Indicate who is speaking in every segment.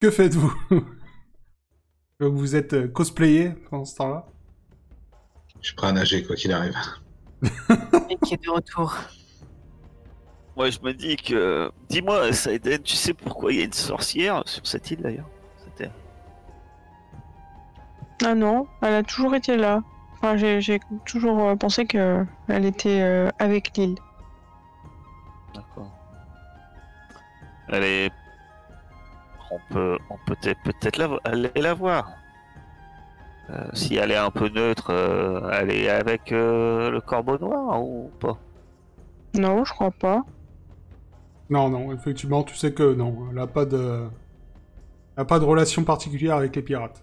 Speaker 1: Que faites-vous Donc vous êtes euh, cosplayé pendant ce temps-là
Speaker 2: Je suis prêt à nager quoi qu'il arrive.
Speaker 3: Et qui est de retour.
Speaker 4: Moi, je me dis que. Dis-moi, Saiden, tu sais pourquoi il y a une sorcière sur cette île d'ailleurs Cette terre
Speaker 3: Ah non, elle a toujours été là. Enfin, j'ai j'ai toujours euh, pensé que elle était euh, avec l'île.
Speaker 4: D'accord. Elle est. On peut, on peut peut-être peut-être la, vo- aller la voir. Euh, si elle est un peu neutre, euh, elle est avec euh, le corbeau noir ou pas
Speaker 3: Non, je crois pas.
Speaker 1: Non, non, effectivement, tu sais que non, elle n'a pas de... Elle a pas de relation particulière avec les pirates.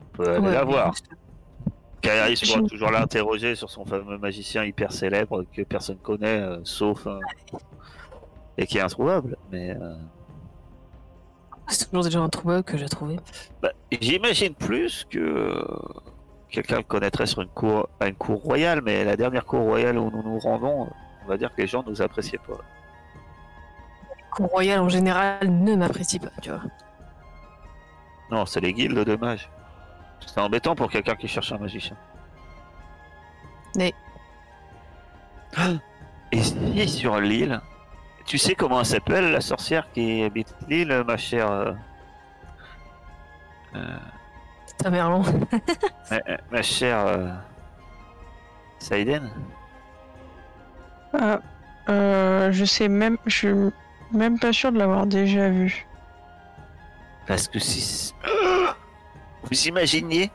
Speaker 4: On peut aller
Speaker 3: Ouais,
Speaker 4: la voir.
Speaker 3: juste-
Speaker 4: Kairis pourra
Speaker 3: Je-
Speaker 4: toujours l'interroger sur son fameux magicien hyper célèbre que personne connaît, euh, sauf. euh, et qui est introuvable. Mais euh,
Speaker 5: C'est toujours déjà un trouble que j'ai trouvé.
Speaker 4: bah, j'imagine plus que. euh, Quelqu'un le connaîtrait sur une cour, à une cour royale, mais la dernière cour royale où nous nous rendons, euh, on va dire que les gens nous appréciaient pas.
Speaker 5: Cour royale en général ne m'apprécie pas, tu vois.
Speaker 4: Non, c'est les guildes de mages. C'est embêtant pour quelqu'un qui cherche un magicien.
Speaker 5: Mais-
Speaker 4: Et si sur l'île, tu sais comment elle s'appelle la sorcière qui habite l'île, ma chère euh,
Speaker 5: Ta Merlon.
Speaker 4: ma, ma chère euh, Saiden
Speaker 3: Ah, euh, je sais même, je suis même pas sûre de l'avoir déjà vue.
Speaker 4: Parce que si vous imaginiez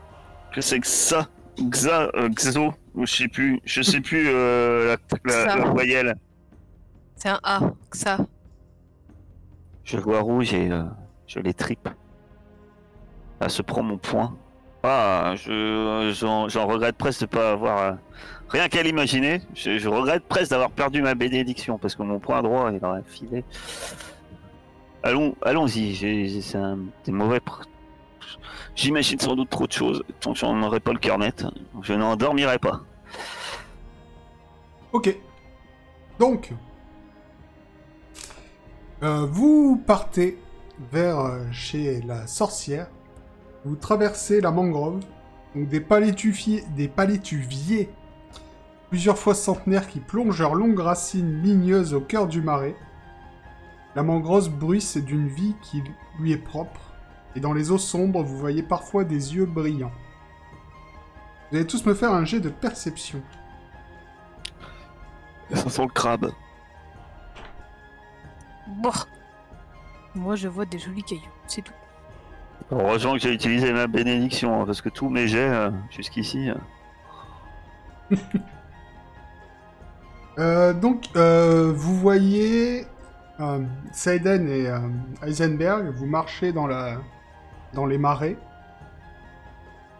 Speaker 4: que c'est que ça, Xa, euh, Xo, ou je sais plus, je sais plus euh, la, la,
Speaker 5: Ça.
Speaker 4: la voyelle.
Speaker 5: C'est un A, ça.
Speaker 4: Je vois rouge et euh, je les tripe. Ah, se prend mon point. Ah, je, j'en, j'en regrette presque de pas avoir. euh, rien qu'à l'imaginer, je, je regrette presque d'avoir perdu ma bénédiction parce que mon point droit, il aurait filé. Allons, allons-y, j'ai, j'ai- c'est un- des mauvais. pr- J'imagine sans doute trop de choses, tant que j'en aurai pas le cœur net, je n'en dormirai pas.
Speaker 1: Ok. Donc, euh, vous partez vers euh, chez la sorcière. Vous traversez la mangrove, donc des palétuviers, des palétuviers, plusieurs fois centenaires qui plongent leurs longues racines ligneuses au cœur du marais. La mangrove bruisse d'une vie qui lui est propre, et dans les eaux sombres, vous voyez parfois des yeux brillants. Vous allez tous me faire un jet de perception.
Speaker 4: Ça sent le crabe.
Speaker 5: Bon. Moi, je vois des jolis cailloux, c'est tout.
Speaker 4: Heureusement que j'ai utilisé ma bénédiction, hein, parce que tous mes jets euh, jusqu'ici. euh,
Speaker 1: Euh, donc, euh, vous voyez euh, Seiden et euh, Heisenberg, vous marchez dans, la... dans les marais.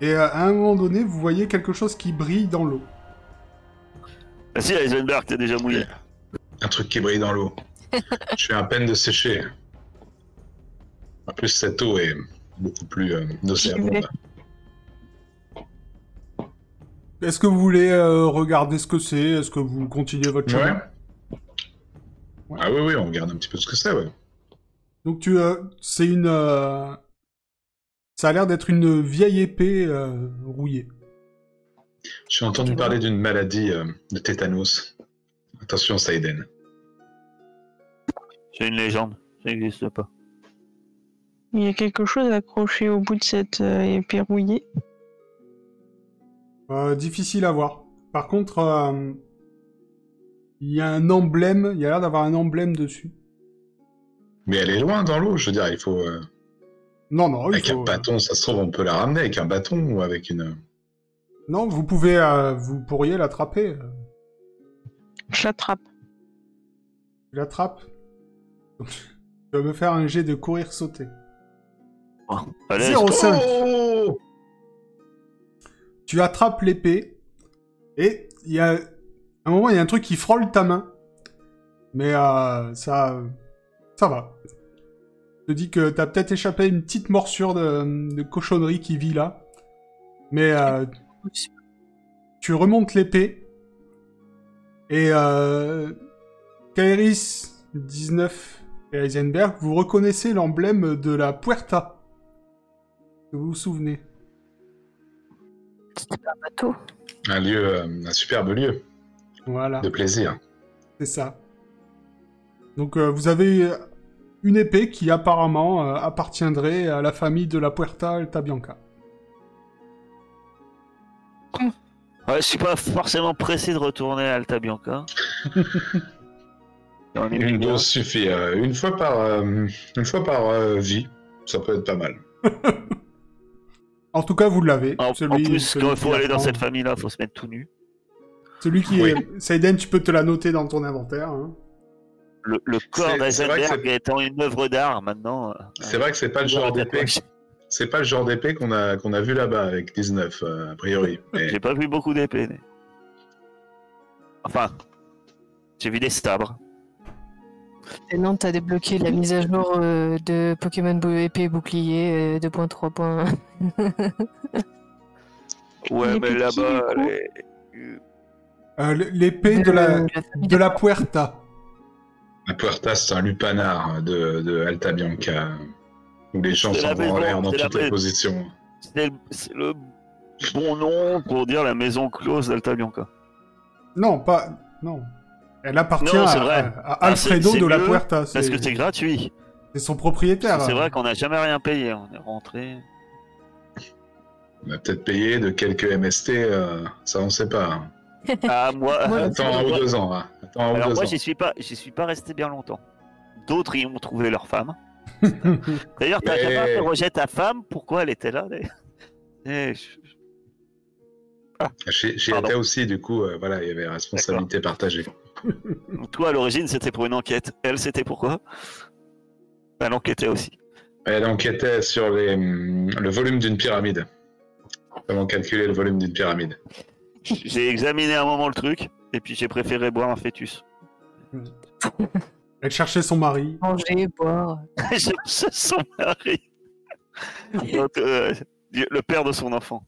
Speaker 1: Et euh, à un moment donné, vous voyez quelque chose qui brille dans l'eau.
Speaker 4: Ah si, Heisenberg, t'es déjà mouillé.
Speaker 2: Un truc qui brille dans l'eau. je suis à peine de sécher. En plus, cette eau est beaucoup plus euh, nauséabonde.
Speaker 1: Est-ce que vous voulez euh, regarder ce que c'est Est-ce que vous continuez votre chemin
Speaker 2: Ouais. Ah oui, oui, on regarde un petit peu ce que c'est, ouais.
Speaker 1: Donc, tu, euh, c'est une. euh, Ça a l'air d'être une vieille épée euh, rouillée.
Speaker 2: J'ai entendu
Speaker 5: Ok,
Speaker 2: parler d'une maladie euh, de tétanos. Attention, Saiden.
Speaker 4: C'est une légende, ça n'existe pas.
Speaker 3: Il y a quelque chose accroché au bout de cette euh, épée rouillée.
Speaker 1: Euh, difficile à voir. Par contre, euh, il y a un emblème, il y a l'air d'avoir un emblème dessus.
Speaker 2: Mais elle est loin dans l'eau, je veux dire, il faut. euh,
Speaker 1: Non, non, Oh, il
Speaker 2: avec
Speaker 1: faut- euh,
Speaker 2: un bâton, ça se trouve, on peut la ramener avec un bâton ou avec une. euh,
Speaker 1: Non, vous pouvez, euh, vous pourriez l'attraper. euh,
Speaker 3: Je l'attrape.
Speaker 1: Tu l'attrapes. tu vas me faire un jet de courir sauter.
Speaker 4: Allez,
Speaker 1: Zéro. Au sein.
Speaker 2: Oh
Speaker 1: Tu attrapes l'épée et il y a à un moment il y a un truc qui frôle ta main, mais euh, ça ça va. Je te dis que t'as peut-être échappé à une petite morsure de, de cochonnerie qui vit là, mais euh, tu remontes l'épée et euh, Kairis 19 et Heisenberg, vous reconnaissez l'emblème de la Puerta. Vous vous souvenez
Speaker 5: C'était pas un bateau.
Speaker 2: un lieu, euh, un superbe lieu
Speaker 1: Voilà.
Speaker 2: de plaisir.
Speaker 1: C'est ça. Donc euh, vous avez une épée qui apparemment euh, appartiendrait à la famille de la Puerta Alta Bianca.
Speaker 4: Ouais, je suis pas forcément pressé de retourner à Alta Bianca. Et on est
Speaker 2: Une
Speaker 4: bien.
Speaker 2: dose suffit. euh, une fois par, euh, une fois par euh, vie, ça peut être pas mal.
Speaker 1: En tout cas, vous l'avez.
Speaker 4: En, en
Speaker 1: Celui-
Speaker 4: plus,
Speaker 1: celui
Speaker 4: quand il
Speaker 1: qui
Speaker 4: faut aller dans
Speaker 1: apprend.
Speaker 4: cette famille-là, faut se mettre tout nu.
Speaker 1: Celui qui
Speaker 2: Oui.
Speaker 1: est... Seiden, tu peux te la noter dans ton inventaire. hein.
Speaker 4: Le, le corps
Speaker 2: C'est- c'est vrai que
Speaker 4: d'Eisenberg étant une œuvre d'art maintenant. euh,
Speaker 2: C'est vrai que c'est pas le genre d'épée. C'est pas le genre d'épée qu'on a qu'on a vu là-bas avec 19 euh, a priori. Mais
Speaker 4: J'ai pas vu beaucoup d'épées. mais- Enfin, j'ai vu des sabres.
Speaker 5: Et non, t'as débloqué la mise à jour euh, de Pokémon bou- épée et bouclier euh, 2.3. point.
Speaker 4: Ouais, mais
Speaker 3: Les petits,
Speaker 4: là-bas,
Speaker 3: du coup.
Speaker 4: les-
Speaker 1: Euh, l- l'épée de la...
Speaker 5: Euh, famille
Speaker 1: de la Puerta.
Speaker 2: la Puerta, c'est un lupanar de, de Alta Bianca où les gens
Speaker 4: C'est la
Speaker 2: s'envoient en
Speaker 4: maison,
Speaker 2: l'air dans
Speaker 4: c'est la
Speaker 2: toutes les
Speaker 4: maison.
Speaker 2: positions.
Speaker 4: c'est c'est le bon nom pour dire la maison close d'Alta Bianca.
Speaker 1: Non, pas... Non. Elle appartient
Speaker 4: Non, c'est
Speaker 1: à,
Speaker 4: vrai.
Speaker 1: à- à
Speaker 4: Ah, c'est-
Speaker 1: Alfredo
Speaker 4: c'est
Speaker 1: de la
Speaker 4: mieux,
Speaker 1: Puerta.
Speaker 4: Parce
Speaker 1: C'est
Speaker 4: que c'est gratuit.
Speaker 1: c'est son
Speaker 4: Parce
Speaker 1: propriétaire.
Speaker 4: que C'est vrai qu'on n'a jamais rien payé. On est rentré.
Speaker 2: On a peut-être payé de quelques MST, euh, ça on sait pas. hein.
Speaker 4: Ah, moi.
Speaker 5: Moi,
Speaker 2: Attends un ou deux ans. hein. Attends un ou
Speaker 4: Alors
Speaker 2: deux
Speaker 4: moi,
Speaker 2: ans.
Speaker 4: j'y suis pas, j'y suis pas resté bien longtemps. D'autres y ont trouvé leur femme. D'ailleurs, t'as
Speaker 2: Ouais.
Speaker 4: jamais interrogé ta femme pourquoi elle était là. mais- Eh, je-
Speaker 2: Chez, chez
Speaker 4: Pardon.
Speaker 2: Atta aussi, du coup, euh, voilà, il y avait responsabilité partagée.
Speaker 4: Toi, à l'origine, c'était pour une enquête. Elle, c'était pourquoi Elle enquêtait aussi.
Speaker 2: Elle enquêtait sur les, hum, le volume d'une pyramide. Comment calculer le volume d'une pyramide
Speaker 4: J'ai examiné un moment le truc, et puis j'ai préféré boire un fœtus.
Speaker 1: Elle cherchait son mari.
Speaker 5: Manger, boire.
Speaker 4: J'ai cherché son mari. Donc, euh, le père de son enfant.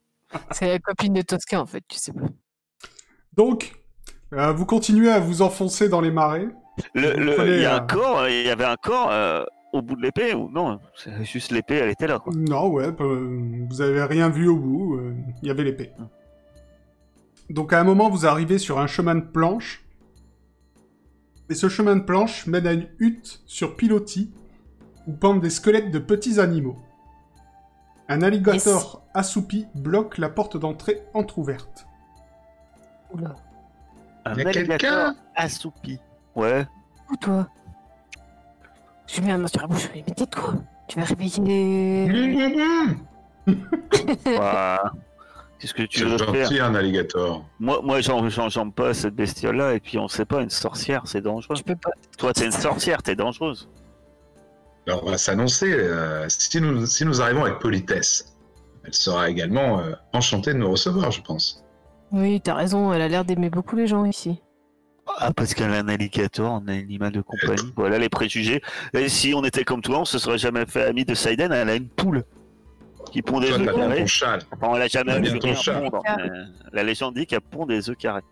Speaker 5: C'est la copine de Tosca en fait, tu sais pas.
Speaker 1: Donc, euh, vous continuez à vous enfoncer dans les marais.
Speaker 4: Le-
Speaker 1: Vous
Speaker 4: le-
Speaker 1: prenez,
Speaker 4: il y a
Speaker 1: euh,
Speaker 4: un corps, euh, il y avait un corps euh, au bout de l'épée ou non C'est juste l'épée, elle était là quoi.
Speaker 1: Non, ouais, peu- vous avez rien vu au bout, euh, il y avait l'épée. Donc à un moment, vous arrivez sur un chemin de planche. Et ce chemin de planche mène à une hutte sur pilotis où pendent des squelettes de petits animaux. Un alligator assoupi bloque la porte d'entrée entr'ouverte.
Speaker 5: Oula.
Speaker 4: Un
Speaker 2: Il y a
Speaker 4: alligator
Speaker 2: quelqu'un
Speaker 4: assoupi. Ouais.
Speaker 5: Où toi J'ai mis la main sur la bouche, mais tais-toi Tu vas réveiller.
Speaker 4: Ouah. bah, Qu'est-ce que tu
Speaker 2: C'est
Speaker 4: veux faire
Speaker 2: gentil, un alligator.
Speaker 4: Moi, moi, j'en- j'en- j'aime pas cette bestiole-là. Et puis, on sait pas, une sorcière, c'est dangereux.
Speaker 5: Tu peux pas.
Speaker 4: Toi, t'es une sorcière, t'es dangereuse.
Speaker 2: Alors, on va s'annoncer. euh, si, nous, si nous arrivons avec politesse, elle sera également euh, enchantée de nous recevoir, je pense.
Speaker 5: Oui, t'as raison, elle a l'air d'aimer beaucoup les gens ici.
Speaker 4: Ah, parce qu'elle est un alligator, un animal de compagnie. Voilà les préjugés. Et si on était comme toi, on se serait jamais fait ami de Saiden. Elle a une poule qui pond des
Speaker 2: Toi,
Speaker 4: œufs
Speaker 2: t'as bien
Speaker 4: carrés.
Speaker 2: ton chat. là.
Speaker 4: Enfin, on l'a jamais
Speaker 2: T'as bien
Speaker 4: vu
Speaker 2: ton
Speaker 4: rien
Speaker 2: chat.
Speaker 4: pondre. Euh, La légende dit qu'elle pond des œufs carrés.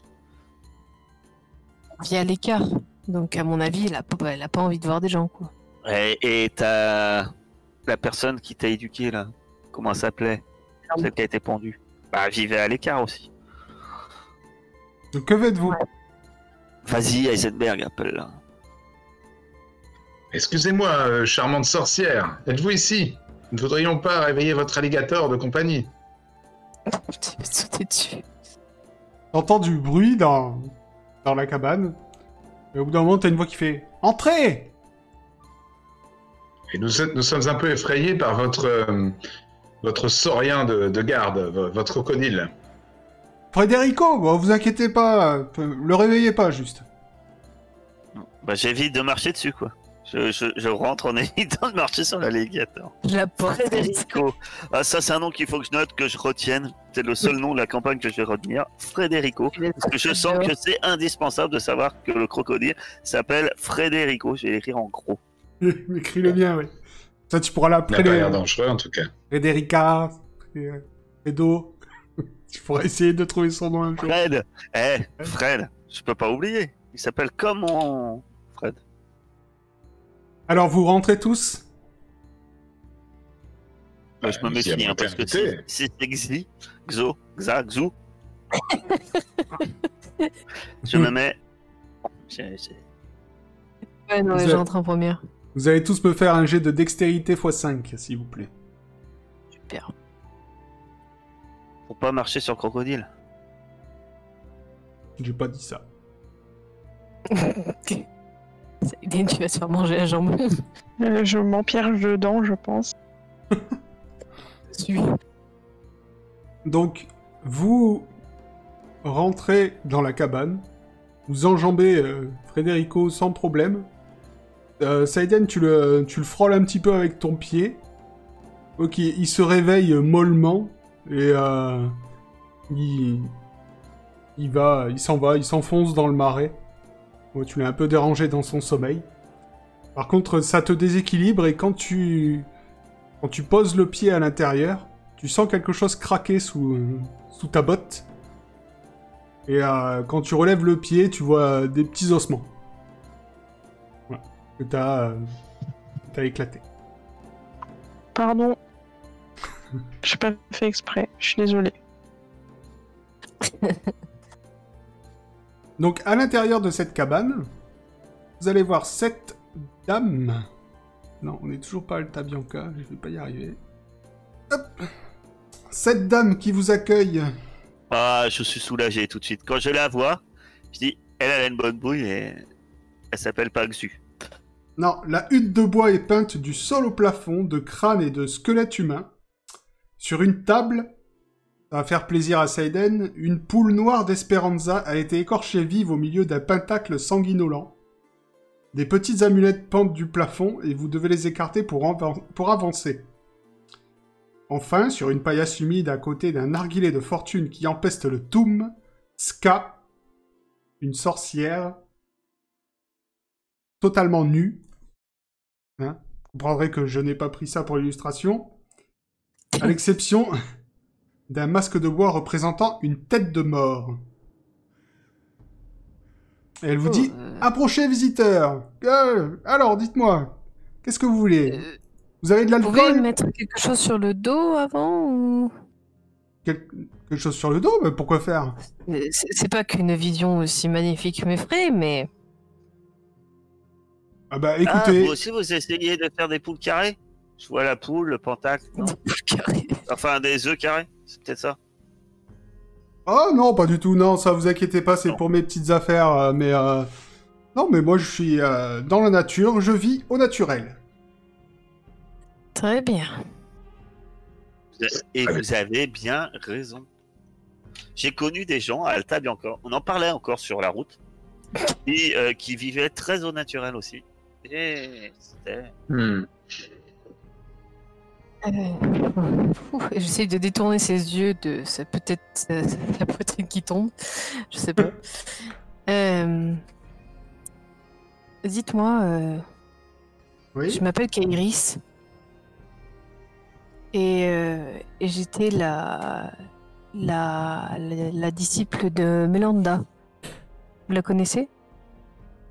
Speaker 5: On vit à l'écart. Donc, à mon avis, elle a, pas- elle a pas envie de voir des gens, quoi.
Speaker 4: Et et t'as la personne qui t'a éduqué là. Comment elle s'appelait
Speaker 5: Arme.
Speaker 4: Celle qui a été pendue. Bah, elle vivait à l'écart aussi.
Speaker 1: Donc que faites-vous
Speaker 4: Vas-y, Heisenberg, appelle-la.
Speaker 2: Excusez-moi, euh, charmante sorcière, êtes-vous ici Ne voudrions pas réveiller votre alligator de compagnie.
Speaker 5: Putain, il va sauter dessus.
Speaker 1: T'entends du bruit dans, dans la cabane. Et au bout d'un moment, t'as une voix qui fait Entrez
Speaker 2: Et nous, nous sommes un peu effrayés par votre, euh, votre saurien de, de garde, vo- votre crocodile.
Speaker 1: Frédérico, bon, vous inquiétez pas, euh, le réveillez pas juste.
Speaker 4: Bah, j'évite de marcher dessus, quoi. Je, je- je rentre en évitant de marcher sur l'alligator.
Speaker 5: La porte.
Speaker 4: Frédérico. Ah, ça, c'est un nom qu'il faut que je note, que je retienne. C'est le seul nom de la campagne que je vais retenir. Frédérico. Parce que je sens que c'est indispensable de savoir que le crocodile s'appelle Frédérico. Je vais l'écrire en gros.
Speaker 1: Écris le bien, oui. Ça, tu pourras
Speaker 2: Il n'a
Speaker 1: l'appeler
Speaker 2: pas l'air
Speaker 1: euh,
Speaker 2: dangereux, en tout cas.
Speaker 1: Frédérica, Fré- euh, Fredo. tu pourras essayer de trouver son nom un jour.
Speaker 4: Fred Eh, Fred, je peux pas oublier. Il s'appelle comment Fred
Speaker 1: Alors, vous rentrez tous
Speaker 4: Bah, Je me
Speaker 2: Bah,
Speaker 4: méfie,
Speaker 2: s'il y a
Speaker 4: hein, parce que si
Speaker 2: maternité.
Speaker 4: si c'est Xi, Xo, Xa, Xou, je me mets. J'ai- j'ai-
Speaker 5: Ouais, non,
Speaker 1: Vous
Speaker 5: ouais,
Speaker 1: êtes-
Speaker 5: j'entre en première.
Speaker 1: Vous allez tous me faire un jet de dextérité x5, s'il vous plaît.
Speaker 4: Pour pas marcher sur le crocodile.
Speaker 1: J'ai pas dit ça.
Speaker 5: Aiden, tu vas te faire manger la jambe.
Speaker 3: Euh, je m'empierge dedans, je pense.
Speaker 5: Suis.
Speaker 1: Donc, vous rentrez dans la cabane, vous enjambez euh, Frédérico sans problème. Euh, Saiden, tu le, tu le frôles un petit peu avec ton pied. Ok, il se réveille euh, mollement et euh, il, il va, il s'en va, il s'enfonce dans le marais. Ouais, tu l'as un peu dérangé dans son sommeil. Par contre, ça te déséquilibre et quand tu, quand tu poses le pied à l'intérieur, tu sens quelque chose craquer sous, euh, sous ta botte. Et euh, quand tu relèves le pied, tu vois euh, des petits ossements. Voilà. Que t'as euh, t'as éclaté.
Speaker 3: Pardon. Je pas fait exprès, je suis désolée.
Speaker 1: Donc à l'intérieur de cette cabane, vous allez voir cette dame. Non, on n'est toujours pas à Alta Bianca, je vais pas y arriver. Hop Cette dame qui vous accueille.
Speaker 4: Ah, je suis soulagé tout de suite. Quand je la vois, je dis, elle, elle a une bonne bouille et elle s'appelle pas Xu.
Speaker 1: Non, la hutte de bois est peinte du sol au plafond de crânes et de squelettes humains. Sur une table, ça va faire plaisir à Saiden, une poule noire d'Esperanza a été écorchée vive au milieu d'un pentacle sanguinolent. Des petites amulettes pendent du plafond et vous devez les écarter pour, envan- pour avancer. Enfin, sur une paillasse humide à côté d'un narguilé de fortune qui empeste le toum, Ska, une sorcière, totalement nue, hein, vous comprendrez que je n'ai pas pris ça pour l'illustration, à l'exception d'un masque de bois représentant une tête de mort. Et elle vous
Speaker 5: Oh.
Speaker 1: ah, dit
Speaker 5: euh,
Speaker 1: Approchez, visiteurs Euh, Alors, dites-moi, qu'est-ce que vous voulez
Speaker 5: Euh,
Speaker 1: Vous avez de
Speaker 5: vous pouvez
Speaker 1: l'alcool
Speaker 5: mettre quelque chose sur le dos avant ou...
Speaker 1: Quel- Quelque chose sur le dos Mais pourquoi faire
Speaker 5: Euh, C'est c'est pas qu'une vision aussi magnifique m'effraie, mais
Speaker 1: Ah bah
Speaker 4: Ah,
Speaker 1: écoutez,
Speaker 4: vous aussi, vous essayez de faire des poules carrées Je vois la poule, le pentacle. non
Speaker 5: carré.
Speaker 4: Enfin, des œufs carrés. C'est peut-être ça.
Speaker 1: Ah non, pas du tout, non, ça vous inquiétez pas, c'est
Speaker 4: Non.
Speaker 1: pour mes petites affaires, euh, mais... euh, Non, mais moi je suis euh, dans la nature, je vis au naturel.
Speaker 5: Très bien.
Speaker 4: Et
Speaker 2: Allez.
Speaker 4: vous avez bien raison. J'ai connu des gens à Alta Bianca, on en parlait encore sur la route, et, euh, qui vivaient très au naturel aussi. Et c'était-
Speaker 2: Hmm.
Speaker 5: Euh, fou, J'essaie de détourner ses yeux de sa peut-être sa- sa- la poitrine qui tombe. Je sais pas. Euh, Dites-moi. euh,
Speaker 1: Oui
Speaker 5: Je m'appelle Kairis. Et, euh, et j'étais la, la, la, la disciple de Mélanda. Vous la connaissez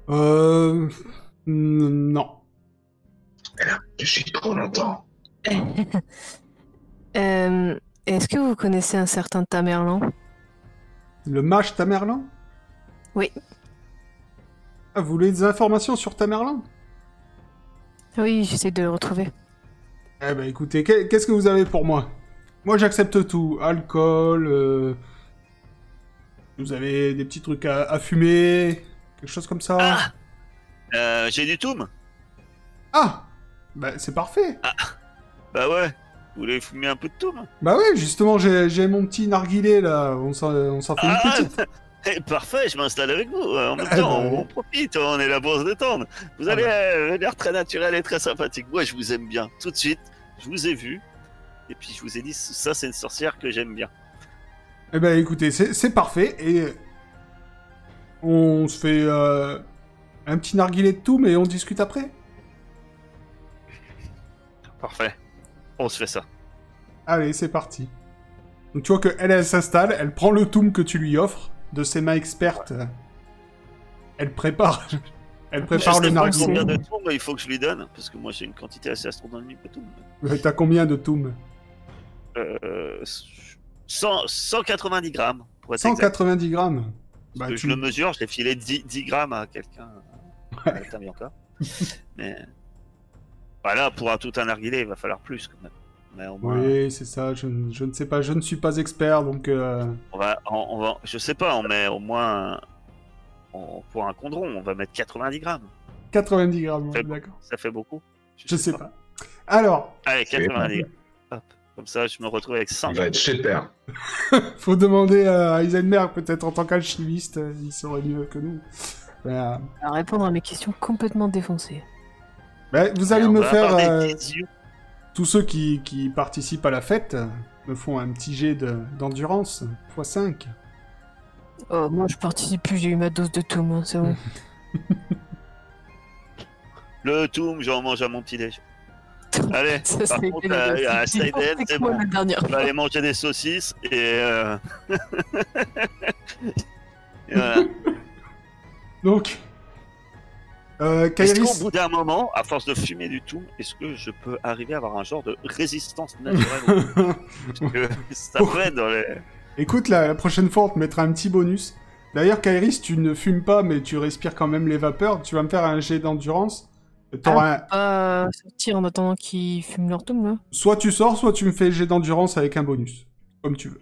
Speaker 1: Euh... n- Non.
Speaker 2: Depuis trop longtemps.
Speaker 5: Euh, Est-ce que vous connaissez un certain Tamerlan
Speaker 1: Le mage Tamerlan
Speaker 5: Oui.
Speaker 1: Ah, vous voulez des informations sur Tamerlan
Speaker 5: Oui, j'essaie de le retrouver.
Speaker 1: Eh ben écoutez, que- qu'est-ce que vous avez pour moi Moi j'accepte tout. Alcool. euh, Vous avez des petits trucs à, à fumer Quelque chose comme ça
Speaker 4: Ah Euh, J'ai du toum
Speaker 1: Ah Bah c'est parfait
Speaker 4: Bah ouais. Vous voulez fumer un peu de toum
Speaker 1: Bah ouais, justement, j'ai j'ai mon petit narguilé là, on s'en on s'en fait une
Speaker 4: Ah,
Speaker 1: petite.
Speaker 4: Eh, Parfait, je m'installe avec vous. Euh, En même
Speaker 1: Ah,
Speaker 4: temps,
Speaker 1: bah,
Speaker 4: on,
Speaker 1: oui.
Speaker 4: on profite, on est là pour se détendre. Vous
Speaker 1: Ah,
Speaker 4: avez euh, l'air très naturel et très sympathique. Moi, je vous aime bien. Tout de suite, je vous ai vu. Et puis, je vous ai dit, ça, c'est une sorcière que j'aime bien.
Speaker 1: Eh ben écoutez, c'est c'est parfait et on se fait euh, un petit narguilé de tout, mais on discute après.
Speaker 4: Parfait. On se fait ça.
Speaker 1: Allez, c'est parti. Donc tu vois que elle, elle s'installe, elle prend le toum que tu lui offres de ses mains expertes. Elle prépare, elle prépare
Speaker 4: je
Speaker 1: le
Speaker 4: sais pas
Speaker 1: narguilé.
Speaker 4: combien de tours il faut que je lui donne, parce que moi, j'ai une quantité assez astronomique de tours.
Speaker 1: Euh, T'as combien de toum
Speaker 4: Euh, 100 190 grammes, pour être exact.
Speaker 1: 190 grammes. Bah,
Speaker 4: Parce que
Speaker 1: tu-
Speaker 4: Je le mesure, je l'ai filé 10, 10 grammes à quelqu'un. euh, à T'as mis encore. Mais. Voilà, pour un tout un narguilé, il va falloir plus quand même. Mais au moins,
Speaker 1: Oui, c'est ça. Je, ne- je ne sais pas, je ne suis pas expert, donc. euh,
Speaker 4: on va, on, on va. Je sais pas, on met au moins. on- pour un condron, on va mettre 90 grammes.
Speaker 1: 90 grammes,
Speaker 4: Très
Speaker 1: ouais,
Speaker 4: bon.
Speaker 1: d'accord.
Speaker 4: Ça fait beaucoup.
Speaker 1: Je sais pas. Alors,
Speaker 4: Allez,
Speaker 2: C'est
Speaker 4: 90 grammes. Hop. Comme ça, je me retrouve avec 100
Speaker 2: Il va
Speaker 4: grammes.
Speaker 2: être chez père.
Speaker 1: faut demander à Heisenberg, peut-être en tant qu'alchimiste, euh, il saurait mieux que nous. Ben, Voilà.
Speaker 5: À répondre à mes questions complètement défoncées.
Speaker 1: Bah, vous
Speaker 4: Et
Speaker 1: allez
Speaker 4: on
Speaker 1: me
Speaker 4: va
Speaker 1: faire.
Speaker 4: avoir des
Speaker 1: euh,
Speaker 4: petits yeux.
Speaker 1: Tous ceux qui, qui participent à la fête euh, me font un petit jet de- d'endurance, x5.
Speaker 5: Oh, moi, je participe plus, j'ai eu ma dose de tout, moi, c'est
Speaker 1: Mm.
Speaker 5: bon.
Speaker 4: Le toum, j'en mange à mon petit déj. Allez,
Speaker 5: Ça,
Speaker 4: par
Speaker 5: c'est
Speaker 4: contre,
Speaker 1: euh,
Speaker 4: à- à Seiden, c'est
Speaker 5: moi
Speaker 4: bon.
Speaker 5: la dernière
Speaker 4: On va
Speaker 5: fois.
Speaker 4: aller manger des saucisses et, euh... et voilà.
Speaker 1: Donc, euh,
Speaker 4: Est-ce
Speaker 1: Kairis,
Speaker 4: qu'au bout d'un moment, à force de fumer du tout, est-ce que je peux arriver à avoir un genre de résistance naturelle Parce que ça peut être dans les...
Speaker 1: écoute, la, la prochaine fois, on te mettra un petit bonus. D'ailleurs, Kairis, tu ne fumes pas, mais tu respires quand même les vapeurs. Tu vas me faire un jet d'endurance. T'auras
Speaker 2: Ah.
Speaker 1: un-
Speaker 5: Pas euh, sortir en attendant qu'ils fument leur toum, là.
Speaker 1: Soit tu sors, soit tu me fais jet d'endurance avec un bonus. Comme tu veux.